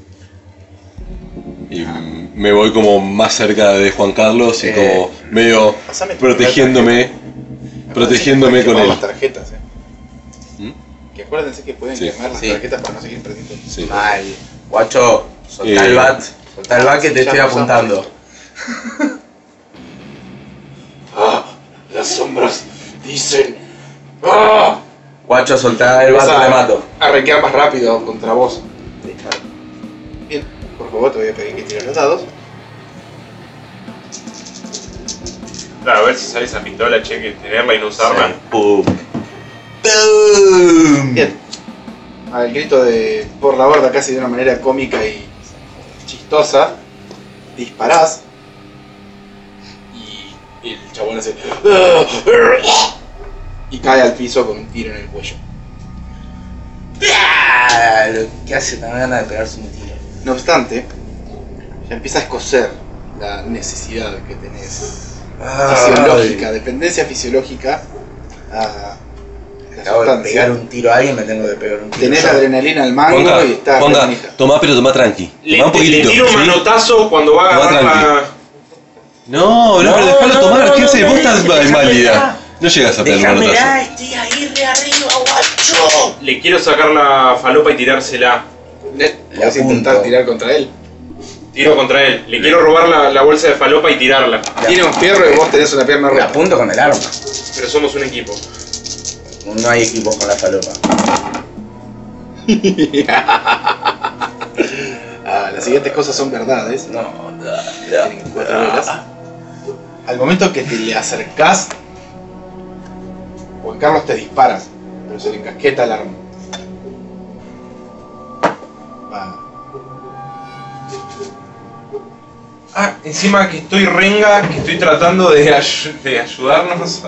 G: Y mm, me voy como más cerca de Juan Carlos y
E: Eh,
G: como medio
D: Pásame tu
G: protegiéndome.
D: primera tarjeta.
G: protegiéndome
D: Acuérdense que pueden quemar
G: con él. ¿Mm?
D: las tarjetas, eh. Que acuérdense que pueden
G: Sí.
D: quemar las
E: Sí.
D: tarjetas para no seguir perdiendo.
G: Sí.
E: Mal. Guacho, soltá
G: Eh,
E: el bat. Soltá el bat que te
D: Ya
E: estoy
D: pasamos
E: apuntando.
D: esto. Ah, las sombras dicen. ¡Ah!
E: Guacho, soltá el bat o te mato.
D: Arranquear más rápido contra vos. Bien, por favor te voy a pedir que tires los dados.
F: Claro, a ver si sale esa pistola, che, que tenerla y no usarla.
E: Pum.
D: Bien. Al Ah, grito de por la borda casi de una manera cómica y chistosa, disparás. Y el chabón hace. *laughs* Y cae al piso con un tiro en el cuello.
E: Ah, Lo que hace tan ganas de pegarse un tiro.
D: No obstante, ya empieza a escocer la necesidad que tenés.
E: Ah,
D: Fisiológica, dependencia fisiológica a la
E: Acabo de pegar
D: sustancia.
E: un tiro a alguien, me tengo que pegar un tiro.
D: Tenés
E: yo.
D: adrenalina al
G: Juan
D: mango y
G: Carlos,
D: estás
G: Juan Carlos,
D: remanija.
G: tomá pero tomá tranqui.
F: Le,
G: Tomá un
F: le
G: poquitito.
F: tiro un
G: ¿sí?
F: manotazo cuando va a
G: Tomá
F: agarrar la.
G: No, no, pero déjalo tomar, ¿qué haces? Vos estás
E: déjamela.
G: inválida. No llegas a pegar un
E: Dejámela,
G: manotazo.
E: estoy ahí de arriba, guacho.
F: Le quiero sacar la falopa y tirársela.
E: Le
D: Podés
E: apunto.
D: intentar tirar contra él.
F: Tiro contra él. Le quiero robar la, la bolsa de falopa y tirarla.
D: Tiene un fierro y vos tenés una pierna
E: Le
D: rota.
E: apunto con el arma.
F: Pero somos un equipo.
E: No hay equipos con la falopa.
D: Ah, las siguientes cosas son verdades.
E: No, no,
D: Tienen cuatro velas. Al momento que te le acercás, Juan Carlos te dispara, pero se le encasqueta el arma. Va.
F: Ah, encima que estoy renga, que estoy tratando de, ay- de ayudarnos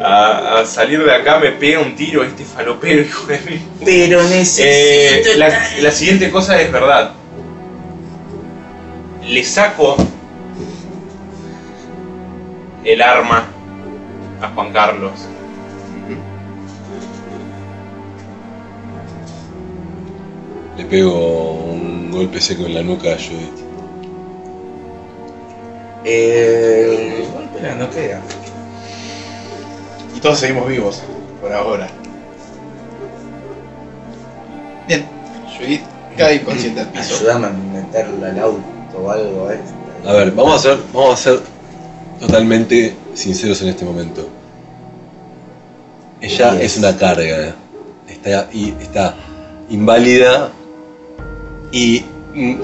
F: a, a- a salir de acá, me pega un tiro este falopero, hijo de mí.
E: Pero
F: Eh,
E: necesito.
F: la, la siguiente cosa es verdad. Le saco el arma a Juan Carlos.
G: Le pego un golpe seco en la nuca a Judith.
E: Eh. Espera, no queda.
D: Y todos seguimos vivos, por ahora. Bien, Judith cae inconsciente al piso.
E: Ayúdame a meterla al auto o algo, eh.
G: A ver, vamos a ser, vamos a ser totalmente sinceros en este momento. Ella
E: Yes.
G: es una carga. Está, y, está inválida y mm,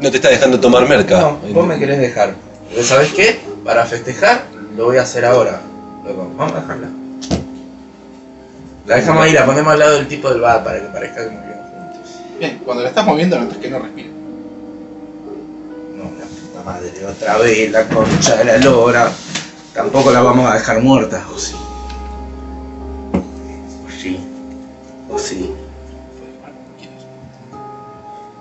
G: no te está dejando tomar merca.
E: No, vos me querés dejar. Pero ¿sabés qué? Para festejar, Lo voy a hacer ahora. Loco, vamos a dejarla. La dejamos ahí, la ponemos al lado del tipo del bar para que parezca que murieron juntos.
D: Bien, cuando la estás moviendo notas que no respira.
E: No, la puta madre, otra vez la concha de la lora. Tampoco la vamos a dejar muerta, o sí. O sí. O sí. Ah,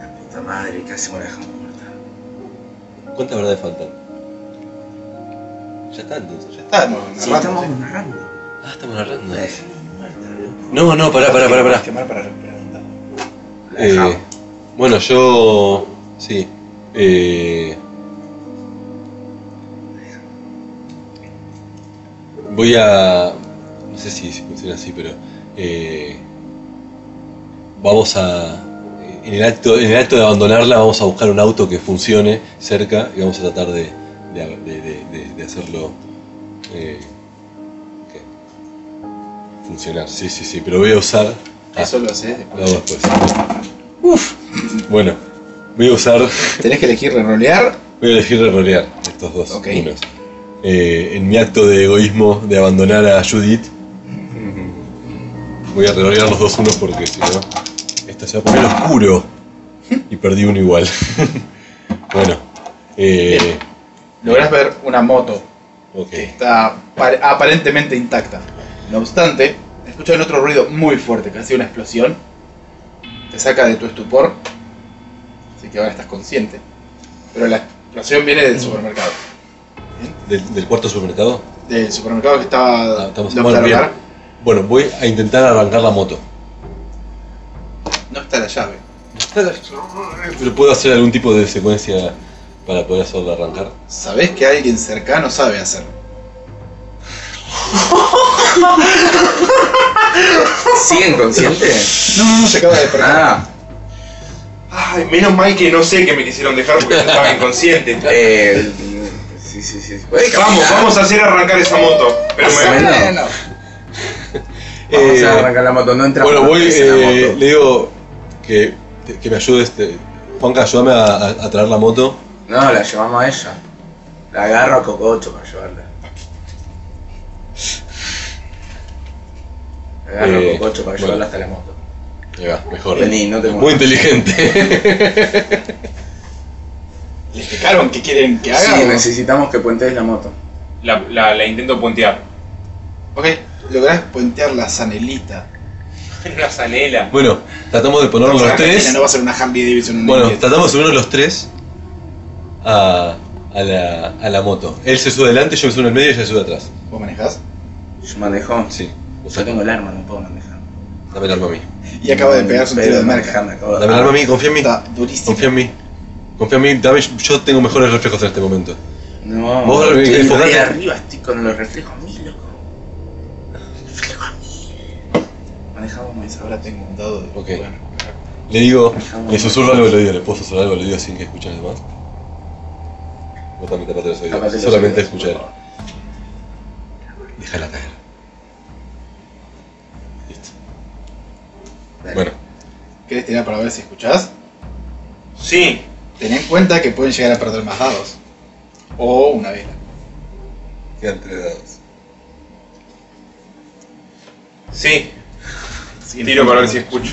E: La puta madre, casi me la dejamos muerta.
G: ¿Cuántas verdades faltan? Ya está entonces.
D: Ya está, no,
E: Sí,
D: narrando,
E: estamos
D: sí.
E: narrando.
G: Ah, estamos narrando.
E: La dejamos muerta, loco.
G: No, no, pará, pará, pará, pará.
D: Quemar para recuperar un dado.
E: La dejamos.
G: Eh, bueno, yo. Sí. Eh, voy a. No sé si, si funciona así, pero. eh, vamos a. En el, acto, en el acto de abandonarla, vamos a buscar un auto que funcione cerca y vamos a tratar de, de, de- de- de- de hacerlo. eh, que- funcionar. Sí, sí, sí, pero voy a usar. Ah.
D: Eso lo haces
G: Lo
D: después.
G: hago después. pues. Uf. Bueno, voy a usar.
D: Tenés que elegir rerolear.
G: Voy a elegir rolear estos dos.
D: Ok.
G: unos. Eh, en mi acto de egoísmo de abandonar a Judith, voy a rolear los dos unos porque si no, esto se va a poner oscuro. Y perdí uno igual. *laughs* bueno, eh,
D: Lográs ver una moto
G: ok.
D: que está par- aparentemente intacta. No obstante, escuchan otro ruido muy fuerte, casi una explosión. Te saca de tu estupor. Así que ahora estás consciente. Pero la explosión viene del supermercado.
G: ¿Del, del cuarto supermercado?
D: Del supermercado que estaba
G: Ah, estamos
D: de
G: bueno,
D: Octar
G: bien.
D: Hogar.
G: Bueno, voy a intentar arrancar la moto.
D: No está la llave.
G: ¿Pero puedo hacer algún tipo de secuencia para poder hacerla arrancar?
D: Sabés que alguien cercano sabe hacerlo.
E: ¿Siguen conscientes?
D: No, no, no, se acaba de
G: *laughs*
D: despertar.
E: Ah,
F: Ay, menos mal que no sé que me quisieron dejar porque yo estaba
E: *laughs*
F: inconsciente.
E: eh. Sí, sí, sí. Puede
F: Vamos,
E: caminar.
F: vamos a hacer arrancar esa moto. Pero
E: Más o
F: me...
E: menos. Vamos
G: Eh,
E: a arrancar la moto, no entra
G: Bueno,
E: por
G: voy,
E: antes en la
G: eh,
E: moto.
G: le digo que, que me ayude este. Juanca, ayúdame a, a- a traer la moto.
E: No, la llevamos a ella. La agarro a Cococho para llevarla. La agarro
G: Eh,
E: a Cococho para
G: bueno.
E: llevarla hasta la moto.
G: Ahí va, mejor.
E: Vení, no te
G: Muy
E: muevas.
G: inteligente. *laughs*
D: ¿Le explicaron qué quieren que haga?
E: Sí,
D: o no?
E: necesitamos que puentees la moto.
L: La, la- la intento
E: *laughs*
L: puentear.
D: Ok, lográs puentear la zanelita.
L: Una zanela.
G: bueno, tratamos de ponernos los tres.
D: No va a ser una Humvee Davidson. una
G: Bueno,
D: Indian.
G: tratamos de subirnos los tres a, a la, a la moto. Él se sube adelante, yo me subo en el medio y ella se sube atrás.
D: ¿Vos manejás?
E: Yo manejo.
G: Sí. O sea,
E: Yo tengo el arma, no puedo manejar.
G: dame el arma a mí.
D: Y acaba de pegarse un
E: Pero
D: tiro de
E: manejar,
D: marca.
E: me acabo de-
G: Dame el arma a mí, confía en mí.
D: Está durísimo.
G: Confía en mí. Confía en mí, dame, yo tengo mejores reflejos en este momento.
E: No,
G: Vos,
E: estoy
G: eh, enfocate.
E: ahí arriba, estoy con los reflejos a mí, loco. Reflejos a mí. Manejamos muy
D: Pues Ahora tengo un dado de.
G: Ok.
D: Bueno,
G: Le digo, le susurro algo al oído, le puedo susurrar algo al oído sin que escuchen los demás. Vos también tapate los oídos,
E: Tapate los
G: solamente
E: oídos,
G: escuchar.
E: por favor.
G: Déjala caer. Listo.
E: Dale.
G: Bueno,
D: ¿Querés tirar para ver si escuchás?
F: Sí,
D: Ten en cuenta que pueden llegar a perder más dados. O una vela.
G: quedan tres dados.
F: sí.
D: Así que
F: Tiro
D: no-
F: para ver si escucho.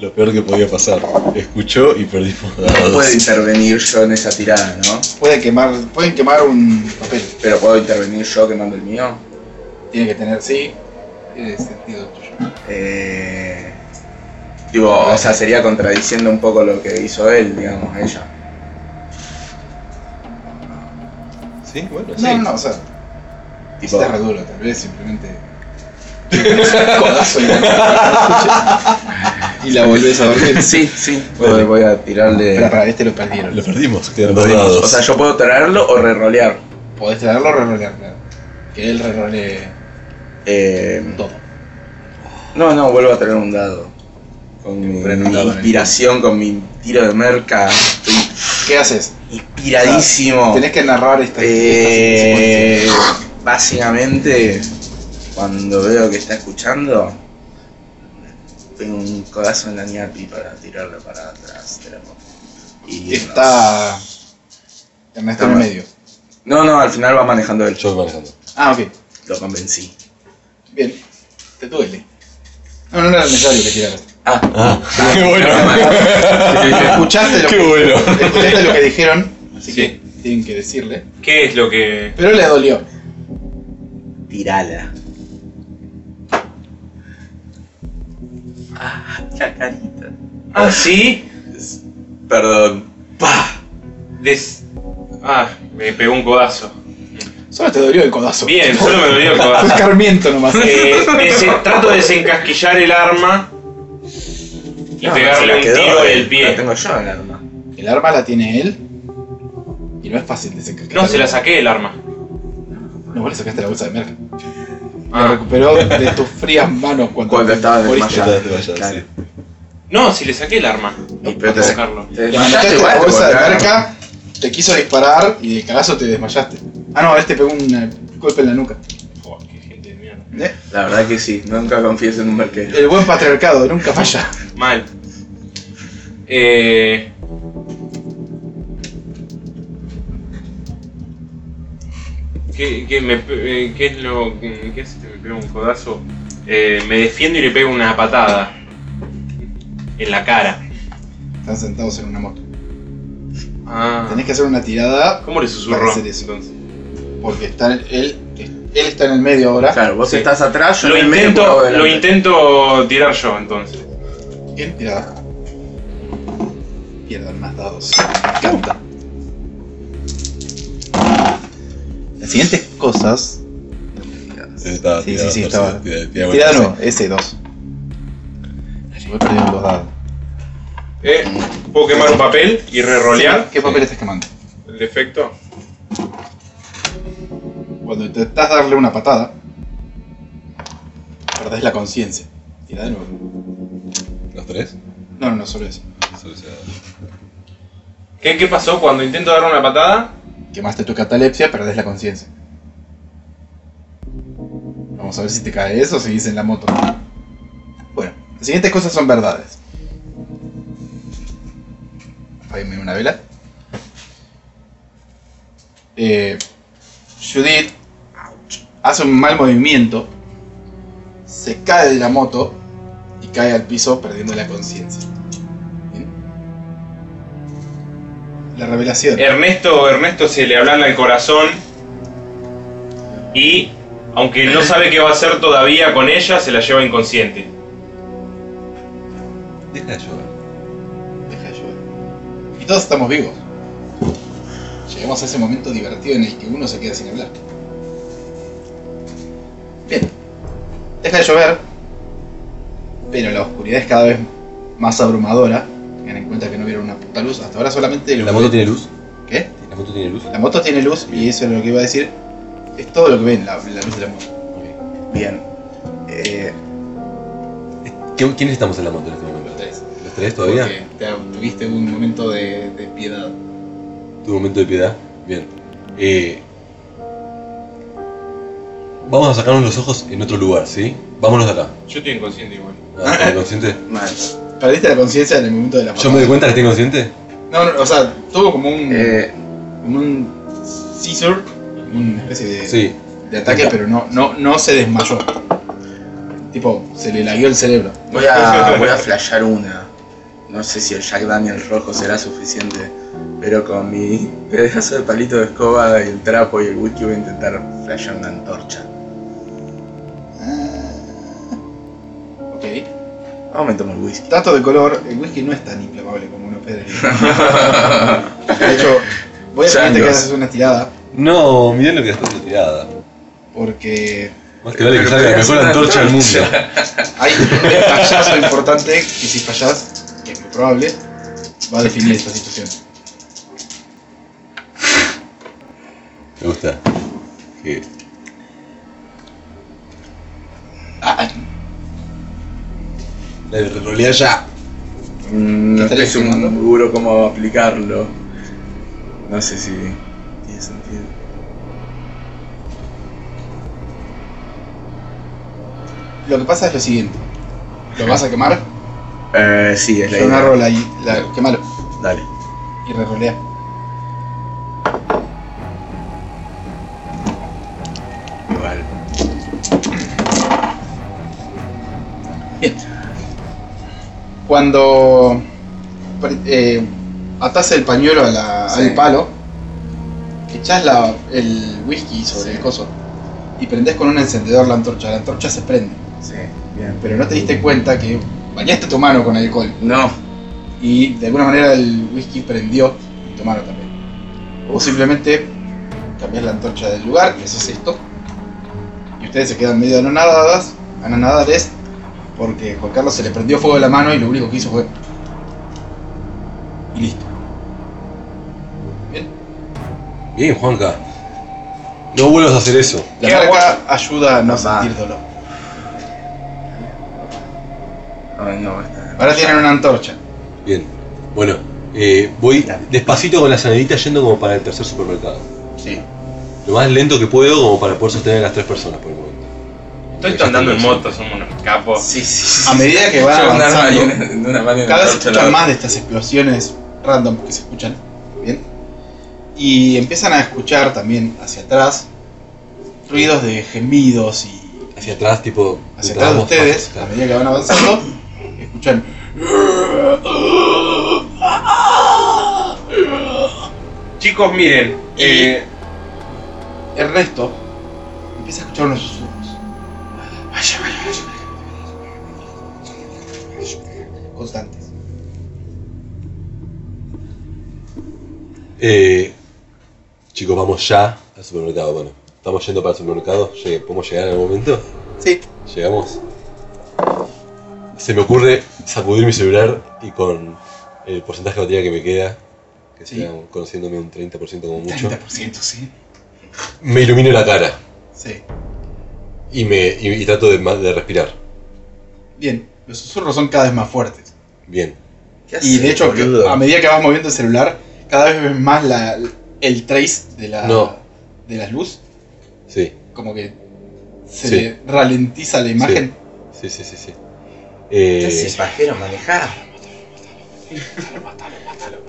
G: Lo peor que podía pasar. Escuchó y perdimos dados.
E: No puedo intervenir yo en esa tirada, ¿no?
D: Puede quemar, pueden quemar un papel.
E: Pero puedo intervenir yo quemando el mío.
D: Tiene que tener, sí. Tiene sentido tuyo.
E: Eh, digo, o sea, sería contradiciendo un poco lo que hizo él, digamos, ella.
G: Sí, bueno, sí.
D: No, no, no, o sea,
E: Tipo,
D: está re duro, tal vez
G: *laughs*
D: simplemente. Codazo y la- y la volvés a dormir.
E: sí, sí, voy, voy a tirarle.
D: Espera, para este lo perdieron.
G: Lo perdimos, quedan dos
D: perdimos,
G: dados.
E: O sea, yo puedo traerlo o rerolear.
D: Podés traerlo o rerolear, claro. Que él rerolee
E: Eh,
D: todo.
E: no, no, vuelvo a traer un dado. Con mi,
D: Prende un dado en el-
E: inspiración, con mi tiro de merca. Estoy
D: ¿Qué haces?
E: inspiradísimo.
D: Tenés Ah, que narrar esta, esta
E: Eh,
D: secuencia.
E: básicamente, cuando veo que está escuchando, pego un codazo en la ñapi para tirarla para atrás de la moto. Y
D: Está. Ernesto en el medio.
E: No, no, al final va manejando él.
G: Yo voy manejando.
D: Ah, ok.
E: Lo convencí.
D: Bien. Te duele. No, no era necesario que tiraras.
G: Ah, qué bueno.
D: Escuchaste lo,
G: qué
D: que,
G: bueno.
D: escuchaste lo que dijeron, así
F: Sí.
D: que tienen que decirle.
F: ¿Qué es lo que.?
D: Pero le dolió.
E: Tirala. Ah, la carita.
F: Ah, sí.
E: Perdón.
F: Des... Ah, me pegó un codazo.
D: Solo te dolió el codazo.
E: *laughs*
F: Bien, solo me dolió el codazo.
D: Escarmiento nomás.
F: Eh, dese- trato de desencasquillar el arma y
E: No, se
F: pegarle
E: la
F: un
E: quedó
F: tiro
E: él,
F: del
E: La
F: pie.
E: tengo yo el arma.
D: El arma la tiene él. Y no es fácil de sacar.
F: No, se la saqué el arma.
D: No, vos le sacaste la bolsa de merca. La
F: Ah.
D: recuperó de tus frías manos cuando,
E: Cuando estaba
D: moriste.
E: desmayado.
G: Claro.
E: Claro.
F: No, si le saqué el arma.
E: Y pero te
F: Vamos a buscarlo.
E: te
D: Le
E: desmayaste
D: mandaste
E: igual,
D: la
E: te
D: bolsa de
E: volvieron a-
D: merca, te quiso disparar y de cagazo te desmayaste. Ah, no, este pegó un eh, golpe en la nuca.
F: Joder, Oh, qué gente de mierda.
D: ¿Eh?
E: La verdad que sí, nunca confíes en un merquero.
D: El buen patriarcado, nunca falla.
F: Mal. Eh... ¿Qué, qué me pe- eh, qué es lo que es? que me pego un codazo? Eh, me defiendo y le pego una patada en la cara.
D: Están sentados en una moto.
F: Ah.
D: Tenés que hacer una tirada
F: ¿Cómo le
D: Para
F: susurró?
D: hacer eso.
F: Entonces?
D: porque está él, él está en el medio ahora.
E: Claro, vos
F: Sí.
E: estás atrás, Ah, yo
F: Lo,
E: en el medio, vos
F: intento, lo
E: adelante.
F: intento tirar yo entonces.
D: Bien, tirada. Pierdan más dados. Me encanta. Las siguientes cosas.
G: Estaba
D: Sí, sí, sí,
G: tirado,
D: estaba.
G: tirado, tirado,
D: Tirada de
G: tirado.
D: nuevo, ese 2. Voy perdiendo dos dados.
F: Eh, ¿Puedo quemar un papel y rerolear?
D: ¿Qué papel estás quemando?
F: El defecto.
D: Cuando intentás darle una patada, perdés la conciencia. Tira de nuevo.
G: ¿Los tres?
D: No, no, no, solo eso.
G: Solo se da.
F: ¿Qué, ¿Qué pasó cuando intento dar una patada?
D: Quemaste tu catalepsia, perdés la conciencia. Vamos a ver si te cae eso o seguís en la moto. Bueno, las siguientes cosas son verdades. Apáguenme una vela. Eh, Judith hace un mal movimiento, se cae de la moto y cae al piso perdiendo la conciencia. Bien. La revelación.
F: Ernesto, Ernesto se le ablanda el corazón y, aunque no sabe qué va a hacer todavía con ella, se la lleva inconsciente.
G: Deja de llorar.
D: Deja de llover. Y todos estamos vivos. Llegamos a ese momento divertido en el que uno se queda sin hablar. Bien. Deja de llover. Pero la oscuridad es cada vez más abrumadora. Tengan en cuenta que no vieron una puta luz. Hasta ahora solamente... lo
G: ¿La
D: que-
G: moto tiene luz?
D: ¿Qué?
G: ¿La moto tiene luz?
D: La moto tiene luz y eso es lo que iba a decir. Es todo lo que ven, la, la luz de la moto.
E: Bien. Eh,
G: ¿Qué- ¿Quiénes estamos en la moto en este momento? ¿Los tres todavía?
D: tuviste un momento de, piedad.
G: Tu momento de piedad. Bien. Eh, vamos a sacarnos los ojos en otro lugar, ¿sí? Vámonos de acá.
F: Yo estoy inconsciente igual.
G: Ah, ¿estás consciente?
E: mal.
D: Perdiste la conciencia en el momento de la
G: ¿Yo me doy cuenta que estoy consciente?
D: No, no, o sea, tuvo como un...
E: Eh,
D: como un scissor, una especie de,
G: Sí.
D: de ataque, pero no, no, no se desmayó. Tipo, se le lagueó el cerebro.
E: voy a, voy a flashear una. No sé si el Jack Daniel rojo será suficiente, pero con mi pedazo de palito de escoba, el trapo y el whisky voy a intentar flashear una antorcha.
D: Ah. Ok.
E: Aumentamos
D: *laughs*
E: el whisky.
D: Dato de color, el whisky no es tan inflamable como uno pedría. De hecho, voy a pedirte que
E: Changos.
D: hagas una tirada,
G: No, mirá lo que está haciendo tirada.
D: porque
G: Más que vale que
E: Pero
G: salga la
E: podrías
G: mejor
E: una
G: antorcha del mundo.
E: antorcha.
D: hay un payaso importante que si fallás, que es muy probable, va a definir esta situación.
G: Me gusta. Que
D: Ah,
G: La realidad ya.
E: Mm, No
D: ¿Qué estarías
E: estoy
D: quemando?
E: seguro cómo aplicarlo. No sé si tiene sentido.
D: lo que pasa es lo siguiente. Lo vas a quemar
E: Eh, sí, es la
D: Yo
E: idea.
D: agarro la, la. Qué malo.
E: Dale.
D: Y rerolea.
E: Igual.
D: Cuando pre- eh, atás el pañuelo a la-
E: Sí.
D: al palo, echás la- el whisky sobre el coso y prendés con un encendedor la antorcha. La antorcha se prende,
E: Sí, bien.
D: pero no te diste cuenta que bañaste tu mano con alcohol
E: No,
D: y de alguna manera el whisky prendió y tu mano también. O simplemente cambiás la antorcha del lugar y haces esto. Y ustedes se quedan medio anonadadas, anonadades, porque Juan Carlos se le prendió fuego de la mano y lo único que hizo fue. Y listo.
G: Bien, Juanca. No vuelvas a hacer eso.
D: La
F: Qué
D: marca
F: bueno.
D: ayuda a no
E: Va.
D: sentir dolor.
E: Ay, no, basta.
D: Ahora tienen una antorcha.
G: Bien. Bueno, eh, voy despacito con las aneditas yendo como para el tercer supermercado.
E: Sí.
G: Lo más lento que puedo como para poder sostener a las tres personas por el momento.
M: Estoy
G: Ya
M: andando en
G: estoy
M: moto, somos unos capos.
E: Sí, sí, sí.
D: A medida que van
E: Yo con una arma y
D: avanzando,
E: una- Ah, de una mano y una
D: cada vez se
E: antorcha en la
D: escuchan
E: otra.
D: más de estas explosiones random que se escuchan. Bien. Y empiezan a escuchar también hacia atrás ruidos de gemidos y
G: Hacia atrás, tipo.
D: hacia atrás de
G: vamos,
D: ustedes,
G: claro.
D: a medida que van avanzando, escuchan.
F: Chicos, miren. eh,
D: Ernesto empieza a escuchar unos susurros. Constantes.
G: Eh, chicos, vamos ya al supermercado. Bueno, estamos yendo para el supermercado. Llegué- ¿Podemos llegar en algún momento?
D: Sí.
G: Llegamos. Se me ocurre sacudir mi celular y con el porcentaje de batería que me queda, que
D: Sí.
G: sea un- conociéndome un 30% como mucho,
D: 30%, sí.
G: me ilumino la cara
D: Sí.
G: y, me, y- y trato de, ma- de respirar.
D: Bien, los susurros son cada vez más fuertes.
G: Bien.
E: ¿Qué
D: Y
E: haces,
D: de hecho, que-
E: boludo?
D: a medida que vas moviendo el celular, cada vez ves más la, el trace de la,
G: No.
D: de la luz.
G: Sí,
D: Como que se
G: Sí.
D: le ralentiza la imagen.
G: sí, sí, sí. sí.
E: ¿Qué
G: Eh,
E: haces, pajero? Manejar.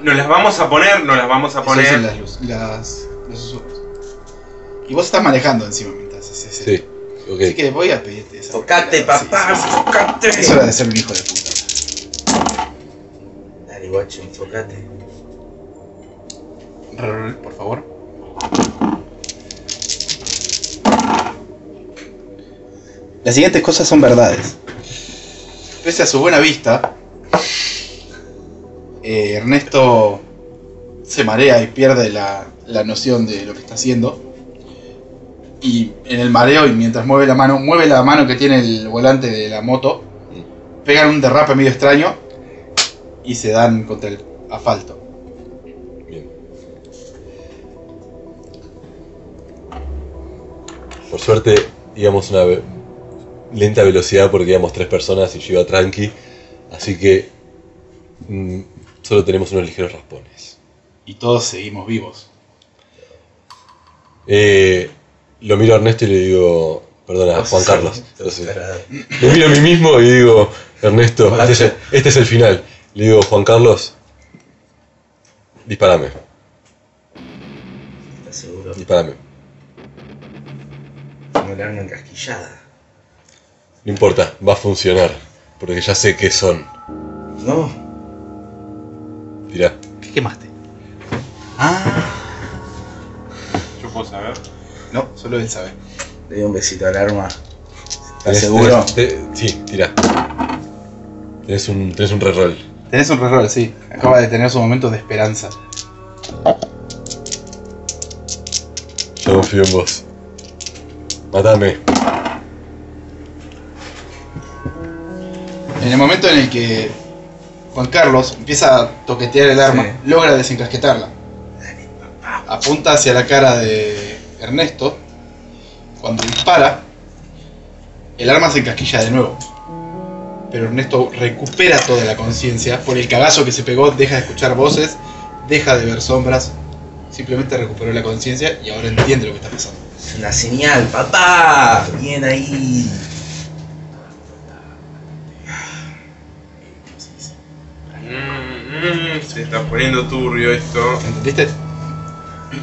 F: nos las vamos a poner, nos las vamos a
D: Eso
F: poner.
D: son las luz- las- los susurros. Y vos estás manejando encima mientras haces eso.
G: sí, Eh, ok.
D: Así que voy a pedirte esa.
E: Tocate,
D: Sí,
E: papá,
D: sí,
E: tocate.
D: sí. Es hora de ser un hijo de puta.
E: Dale, guacho, enfocate.
D: Reroll, por favor. Las siguientes cosas son verdades. Pese a su buena vista, eh, Ernesto se marea y pierde la, la noción de lo que está haciendo. Y en el mareo, y mientras mueve la mano, mueve la mano que tiene el volante de la moto, pegan un derrape medio extraño y se dan contra el asfalto.
G: Bien. Por suerte íbamos a una ve- lenta velocidad porque íbamos tres personas y yo iba tranqui, así que mm, solo tenemos unos ligeros raspones.
D: Y todos seguimos vivos.
G: Eh, lo miro a Ernesto y le digo, perdona, Juan Carlos. Entonces, me miro a mí mismo y digo, Ernesto, este es, el, este es el final. Le digo, Juan Carlos, disparame,
E: ¿Estás seguro?
G: disparame.
E: Como le dan una encasquillada.
G: No importa, va a funcionar, porque ya sé qué son.
E: No.
G: Tirá.
D: ¿Qué quemaste?
F: Yo puedo saber.
D: No, solo él sabe.
E: Le di un besito al arma. ¿Estás
G: Tenés-
E: seguro?
G: tenés- te- sí, tirá. Tenés un, tenés un reroll.
D: Tenés un reroll, sí. Acaba de tener su momento de esperanza.
G: Yo confío en vos. Matame.
D: En el momento en el que Juan Carlos empieza a toquetear el arma, logra desencasquetarla. Apunta hacia la cara de Ernesto. Cuando dispara, el arma se encasquilla de nuevo. Pero Ernesto recupera toda la conciencia. Por el cagazo que se pegó, deja de escuchar voces, deja de ver sombras. Simplemente recuperó la conciencia y ahora entiende lo que está pasando.
E: Es una señal, papá. Bien ahí.
F: Mm,
N: Se está poniendo turbio esto.
H: ¿Entendiste?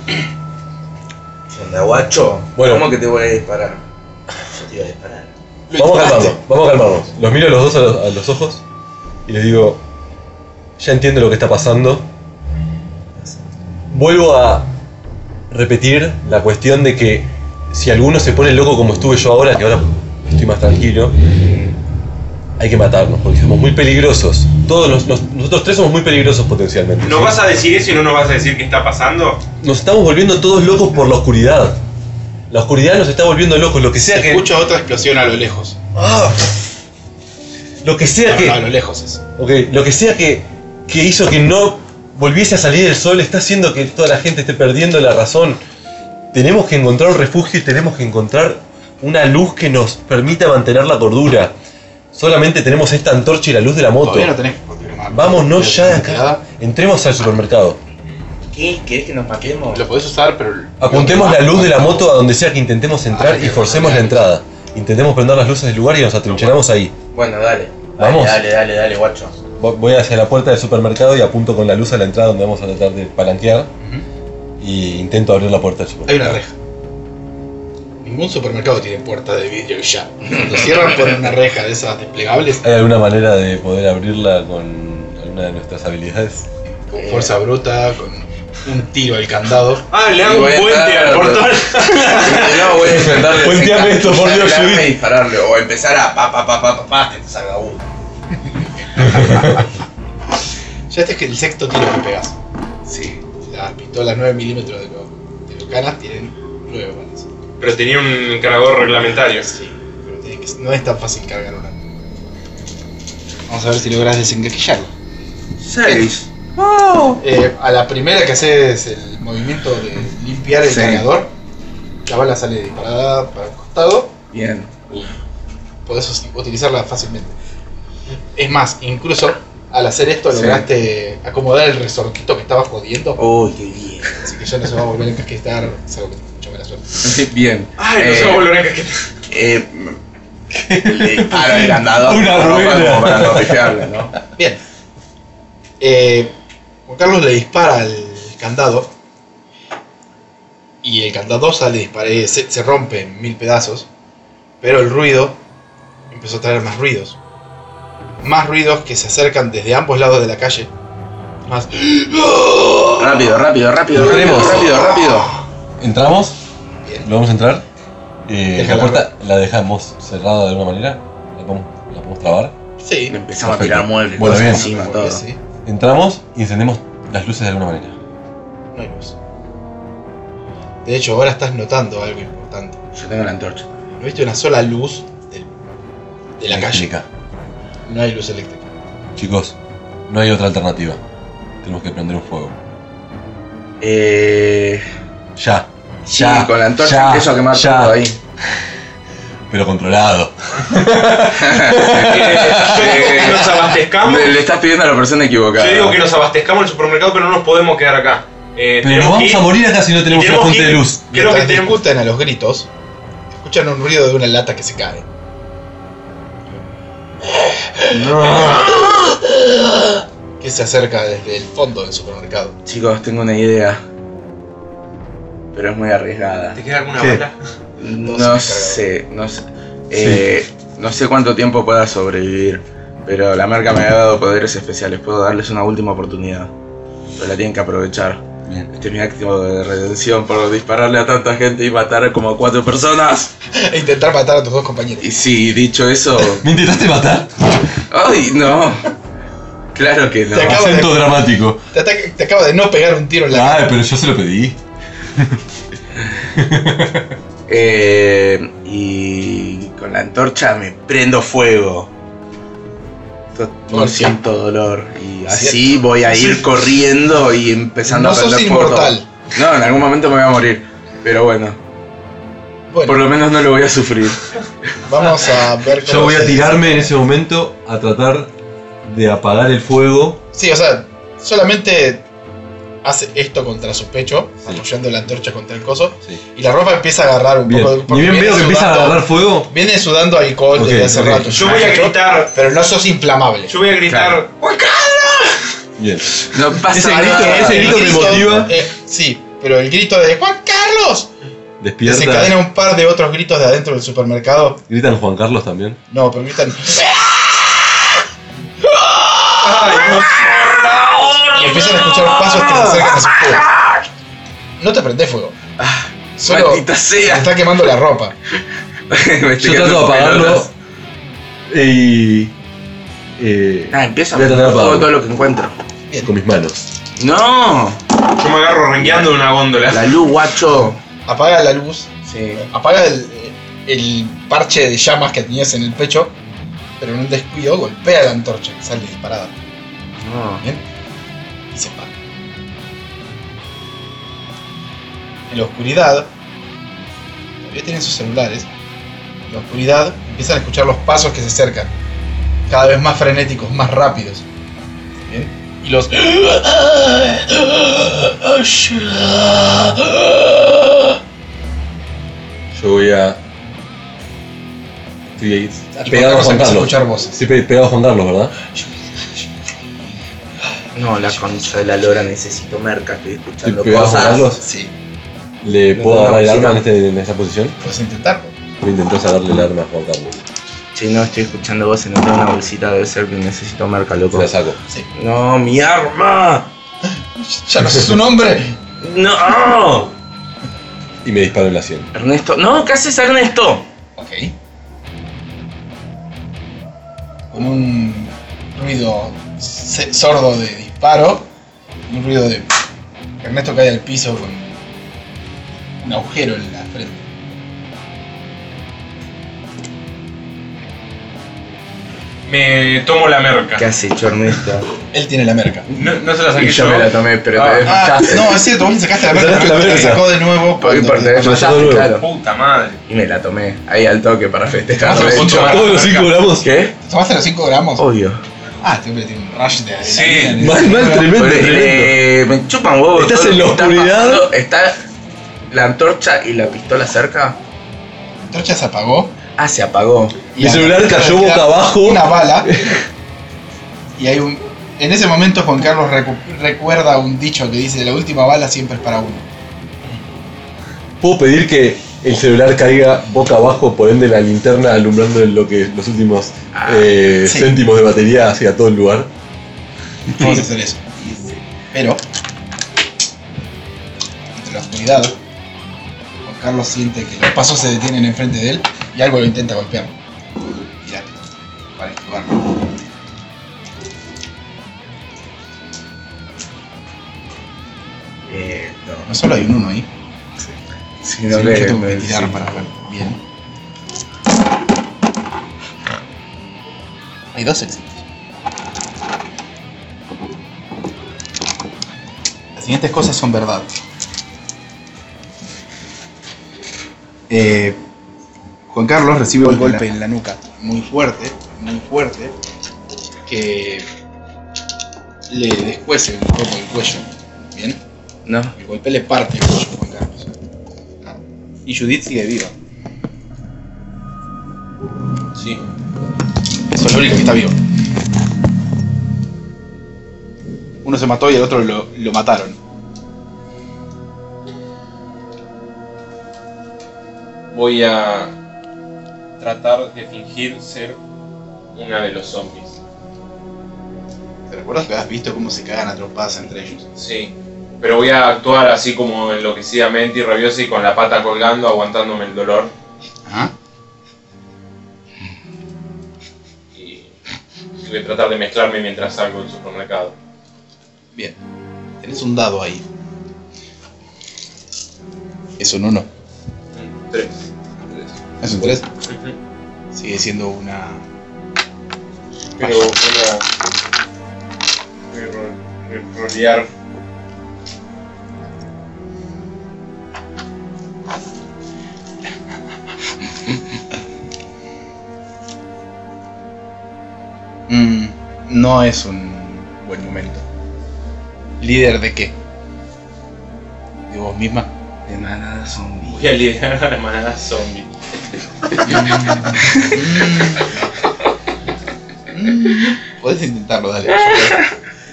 M: ¿Qué onda, guacho?
G: Bueno.
M: ¿Cómo que te voy a disparar? Yo te iba a disparar.
G: Vamos a
H: disparaste.
G: calmarnos, vamos a calmarnos. Los miro a los dos a los, a los ojos y les digo, ya entiendo lo que está pasando. Vuelvo a repetir la cuestión de que si alguno se pone loco como estuve yo ahora, que ahora estoy más tranquilo, hay que matarnos, porque somos muy peligrosos. Todos nos- nos- nosotros tres somos muy peligrosos potencialmente.
F: ¿No
G: ¿sí?
F: vas a decir eso y no nos vas a decir qué está pasando?
G: Nos estamos volviendo todos locos por la oscuridad. La oscuridad nos está volviendo locos, lo que sea que...
D: Escucho otra explosión a lo lejos.
G: ¡Ah! Lo que sea que...
D: No, no, a lo lejos es.
G: Ok, lo que sea que, que hizo que no volviese a salir el sol está haciendo que toda la gente esté perdiendo la razón. Tenemos que encontrar un refugio y tenemos que encontrar una luz que nos permita mantener la cordura. Solamente tenemos esta antorcha y la luz de la moto.
H: Todavía no tenés que confirmar.
G: Vámonos ya de acá.
H: Nada.
G: Entremos al supermercado.
M: ¿Qué? ¿Querés que nos matemos?
D: Lo podés usar, pero.
G: Apuntemos la luz de la moto a donde sea que intentemos entrar
D: Ah,
G: y forcemos la entrada. Intentemos prender las luces del lugar y nos atrincheramos ahí.
M: Bueno, dale. Dale,
G: Vamos.
M: Dale, dale, dale, guacho.
G: Vo- Voy hacia la puerta del supermercado y apunto con la luz a la entrada donde vamos a tratar de palanquear. Y intento abrir la puerta del
D: Hay una
G: supermercado.
D: reja. Ningún supermercado tiene puerta de vidrio ya. Lo cierran por una reja de esas desplegables.
G: ¿Hay alguna manera de poder abrirla con alguna de nuestras habilidades?
D: Con fuerza bruta, con un tiro al candado.
F: Ah, le
M: hago un puente al portón. *laughs* no, voy a intentar.
G: Puenteame
M: desenca-
G: esto, por Dios,
M: arreglarme
G: subí.
M: y dispararle. O empezar a pa, pa, pa, pa, pa, pa, te salga uno.
D: Ya este es que el sexto tiro que pegas.
M: Sí.
D: Las pistolas 9 milímetros de, lo- de Locanas tienen 9 balas.
F: Pero tenía un cargador reglamentario.
D: Sí, pero tiene que- no es tan fácil cargar una.
H: Vamos a ver si lográs desengaquillarlo.
M: Seis.
D: Eh, a la primera que haces el movimiento de limpiar el
M: Sí.
D: cargador, la bala sale disparada para el costado.
M: Bien.
D: podés us- utilizarla fácilmente. Es más, incluso al hacer esto
M: Sí.
D: lograste acomodar el resortito que estaba jodiendo,
M: Uy, qué bien.
D: así que ya no se va a volver a encasquetar, es algo que tiene mucha mala suerte.
M: Bien.
F: Ay, no
M: Eh,
F: se va a volver a encajetar.
M: Eh, le disparo el andador.
G: Una
M: ¿no?
G: rueda.
M: Como Para no pifiarla, ¿no?
D: Bien. Eh, Juan Carlos le dispara al candado y el candado sale dispara- eh, se, se rompe en mil pedazos, pero el ruido empezó a traer más ruidos. Más ruidos que se acercan desde ambos lados de la calle. Más...
M: Rápido, rápido, rápido. Rápido,
G: Corremos.
M: rápido, rápido.
G: ¿Entramos?
D: Bien.
G: ¿Lo vamos a entrar? Eh, la
D: Déjala.
G: puerta la dejamos cerrada de alguna manera. La podemos, la podemos trabar.
D: Sí.
M: Empezamos a tirar muebles.
G: Bueno,
M: cosas
G: bien.
M: Encima,
D: Porque
M: todo.
D: sí,
G: Entramos y encendemos las luces de alguna manera.
D: no hay luz. De hecho, ahora estás notando algo importante.
M: Yo tengo la antorcha.
D: No viste una sola luz del- de la calle.
G: Eléctrica.
D: No hay luz eléctrica.
G: Chicos, no hay otra alternativa. Tenemos que prender un fuego.
M: Eh.
G: Ya,
M: Sí,
G: Ya,
M: con la antorcha
G: ya,
M: empiezo a quemar
G: ya.
M: todo ahí.
G: pero controlado.
F: *laughs* Yo digo que nos abastezcamos.
M: Le, le estás pidiendo a la persona equivocada.
F: Yo digo que nos abastezcamos en el supermercado, pero no nos podemos quedar acá. Eh,
G: Pero nos
F: tenemos que
G: vamos
F: ir-
G: a morir acá si no tenemos una
F: tenemos
G: fuente
F: que-
G: de luz.
F: Creo que
D: Mientras
F: tenemos.
D: discutan a los gritos, escuchan un ruido de una lata que se cae. Que se acerca desde el fondo del supermercado.
M: Chicos, tengo una idea. Pero es muy arriesgada.
F: ¿Te queda alguna
G: ¿Qué?
F: bala?
M: No sé, no sé. eh, no sé cuánto tiempo pueda sobrevivir. Pero la marca me ha dado poderes especiales. Puedo darles una última oportunidad. Pero la tienen que aprovechar.
G: Bien.
M: Este es mi acto de redención por dispararle a tanta gente y matar como a cuatro personas.
D: E intentar matar a tus dos compañeros.
M: Y sí, dicho eso.
G: ¿Me intentaste matar?
M: ¡Ay, no! Claro que no.
D: Te acabo de-
G: Acento dramático.
D: Te, ataca- te acaba de no pegar un tiro en la
G: Ay, pero yo se lo pedí.
M: Eh, y con la antorcha me prendo fuego. To- No
D: Porque-
M: siento dolor. Y así voy a ir corriendo y empezando
D: No
M: a prender
D: sos
M: fuego.
D: inmortal.
M: No, en algún momento me voy a morir. Pero bueno,
D: Bueno,
M: por lo menos no lo voy a sufrir.
D: vamos a ver
G: Yo voy a
D: se-
G: tirarme en ese momento a tratar de apagar el fuego.
D: Sí, o sea, solamente hace esto contra su pecho, apoyando la antorcha contra el coso,
G: Sí.
D: y la ropa empieza a agarrar un
G: Bien.
D: poco de.
G: Ni
D: porque
G: bien
D: viene
G: veo que empiezas a
D: sudando-
G: agarrar fuego.
D: Viene sudando alcohol
G: Ok,
D: desde hace
G: ok.
D: rato.
F: Yo voy a gritar.
D: Pero no sos inflamable.
F: Yo voy a gritar.
G: Bien.
M: No pasa
G: Ese
M: nada.
G: grito- ese grito te motiva.
D: Ah, eh, sí, pero el grito de Juan Carlos desencadena
G: Despierta.
D: un par de otros gritos de adentro del supermercado.
G: Gritan Juan Carlos también.
D: No, pero gritan. Y empiezan a escuchar pasos que se acercan a su fuego. No te prendés fuego.
G: Ah,
D: Solo
M: Maldita
D: te
M: sea.
D: está quemando la ropa.
M: Me
G: Yo
M: estoy
G: trato de
M: quedando
G: apagarlo
M: pelotas.
G: y. eh,
M: Ah, empiezo a
G: Voy a tratar de
M: todo,
G: apagarlo.
M: todo lo que encuentro.
G: con mis manos.
M: No.
F: Yo me agarro rengueando de una góndola.
M: La luz, guacho.
D: Apaga la luz,
M: Sí.
D: apaga el, el parche de llamas que tenías en el pecho, pero en un descuido golpea la antorcha que sale disparada
M: No.
D: y se apaga. En la oscuridad, todavía tienen sus celulares, en la oscuridad empiezan a escuchar los pasos que se acercan, cada vez más frenéticos, más rápidos. ¿Bien? Y los...
G: Yo voy a. Estoy ahí pegado a
D: Carlos empieza
G: Juan
D: a
G: Carlos.
D: escuchar voces.
G: Estoy pe- pegado a Juan Carlos, ¿verdad?
M: No, la concha de la lora necesito merca. Estoy escuchando
G: Estoy pegado a Juan
M: cosas.
G: Carlos.
D: Sí,
G: ¿Le
M: No,
G: puedo
M: no,
G: agarrar el
M: sí,
G: arma
M: no.
G: en, este- en esta posición?
D: puedes intentarlo.
G: Voy a intentar sacarle el arma a Juan Carlos.
M: Si no estoy escuchando voz, no tengo una bolsita, debe ser que necesito merca,
G: Se
M: loco.
G: la saco.
M: No, mi arma.
D: Ya no sé su nombre.
M: No.
G: Y me disparo en la sien.
M: Ernesto. No, ¿qué haces, Ernesto?
D: Ok. Con un ruido se- sordo de disparo. Un ruido de. Ernesto cae al piso con un agujero en la frente.
F: Me tomo la merca.
M: ¿Qué has hecho, Ernesto?
D: Él tiene la merca.
F: No, no se la
M: Y
F: saqué
M: yo
F: yo.
M: me la tomé, pero
F: Ah,
M: te
D: Ah,
M: desmayaste.
D: no, es cierto, vos le sacaste la merca,
G: Sacaste
D: pero
G: la
D: te la
G: merca.
D: sacó de nuevo.
M: Porque
D: cuando-
M: te desmayaste,
G: luego.
M: claro.
F: Puta madre.
M: Y me la tomé ahí al toque para festejar.
D: Ah,
M: de
D: un
M: hecho.
F: Ah,
G: Todos los
F: acá.
G: 5 gramos.
M: ¿Qué?
D: ¿Te tomaste los 5 gramos?
M: Obvio.
D: Ah, este hombre tiene un rush de
F: Sí,
D: adrenalina.
G: Mal, mal, tremendo,
M: Porque,
G: tremendo.
M: eh, me chupan huevos.
G: Estás
M: todo
G: en
M: lo
G: la
M: que está
G: oscuridad.
M: pasando. Está la antorcha y la pistola cerca.
D: La antorcha se apagó.
M: Ah, se apagó.
D: y
G: Mi
D: a-
G: celular cayó boca
D: queda
G: abajo.
D: Una *laughs* bala. Y hay un. En ese momento Juan Carlos recu- recuerda un dicho que dice la última bala siempre es para uno.
G: ¿Puedo pedir que el celular caiga boca abajo, por ende la linterna alumbrando lo que, los últimos eh,
D: sí.
G: céntimos de batería hacia todo el lugar?
D: Vamos a hacer eso. Pero. Entre la oscuridad, Juan Carlos siente que los pasos se detienen enfrente de él y algo lo intenta golpear. Mirá, para esquivarlo.
M: Eh, no.
D: No solo hay un uno ahí, sino
M: Sino que-
D: que yo tengo que tirar
M: sí.
D: para ver. Bien. Hay dos éxitos. Las siguientes cosas son verdad. Eh, Juan Carlos recibe un golpe en la nuca muy fuerte, muy fuerte, que le descuece un poco el cuello. Bien.
M: No.
D: El golpe le parte el cuello a Juan Carlos. Ah, Y Judith sigue viva.
F: Sí.
D: Eso es lo único que está vivo. Uno se mató y el otro lo, lo mataron.
F: Voy a tratar de fingir ser una de los zombies.
D: ¿Te recuerdas que has visto cómo se cagan atropadas entre ellos?
F: Sí. Pero voy a actuar así como enloquecidamente y rabiosa y con la pata colgando, aguantándome el dolor.
D: Ajá.
F: Y y voy a tratar de mezclarme mientras salgo del supermercado.
D: Bien. Tenés un dado ahí. Es un 1.
F: Un Tres. Un tres.
D: Es un 3.
F: Ujú.
D: Sigue siendo una.
F: Pero voy a. Voy a ro- ro- rolear.
D: Mm, no es un buen momento. ¿Líder de qué? ¿De vos misma?
M: De manada zombie.
F: Voy a liderar a la manada zombie.
D: Podés intentarlo, dale.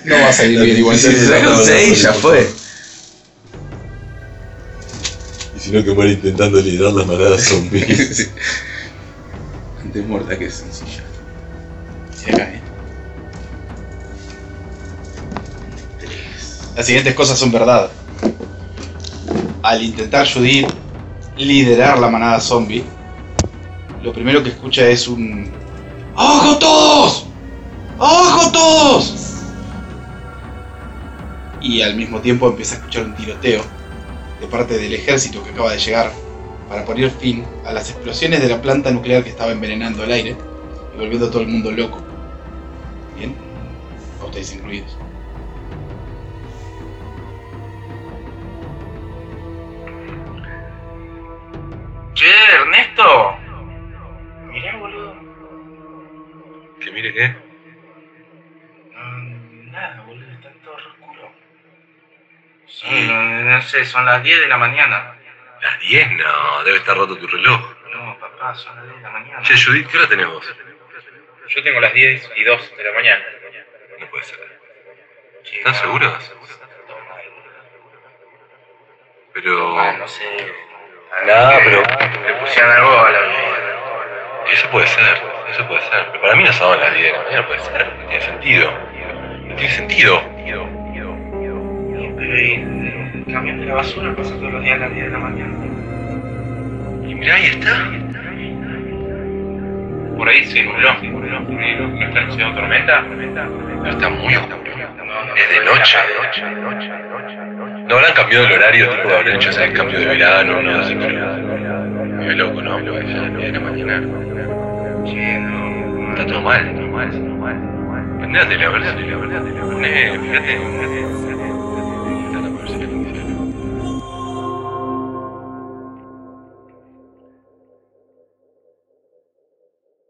H: No vas a ir bien igual.
M: Si saca un 6, ya fue.
G: Y si no, que muere intentando liderar las manadas zombies.
M: Sí. Antes muerta que sencilla. Se
D: ¿eh?
M: cae.
D: Las siguientes cosas son verdad. Al intentar Judith liderar la manada zombie, lo primero que escucha es un... ¡Abajo todos! ¡Abajo todos! Y al mismo tiempo empieza a escuchar un tiroteo de parte del ejército que acaba de llegar para poner fin a las explosiones de la planta nuclear que estaba envenenando el aire y volviendo a todo el mundo loco. ¿Bien? A ustedes incluidos.
A: Che, Ernesto. Mirá, boludo.
B: Que mire eh. qué.
A: Mm, Nada, boludo, está todo re oscuro. Son, no, no sé, son las 10 de la mañana.
B: Las 10 no, debe estar roto tu reloj.
A: No, papá, son las 10 de la mañana.
B: Che, Judith, ¿qué hora tenemos?
C: Yo tengo las 10 y 2 de la mañana.
B: No puede ser. ¿Están seguros? Pero.
A: Ah, no sé.
B: Nada, pero.
A: Le pusieron algo a la...
B: Eso puede ser, eso puede ser. Pero para mí no son las 10 de la mañana, puede ser. No tiene sentido. No tiene sentido.
A: El camión de la basura pasa todos los días a las 10 de la mañana.
B: Y mirá, ahí está.
C: Por ahí se nubló. ¿No está anunciado tormenta? No
B: Está muy oscuro.
C: no,
B: Es de noche. No habrán cambiado el horario, tipo, habrán hecho ese cambio de verano, no sé, pero... Muy loco, ¿no? Porque ya es 10 de la mañana.
A: Che, no.
B: Está todo mal, está todo mal, está todo mal. Prendéatela, prendéatela, prendéatela. Fíjate, fíjate.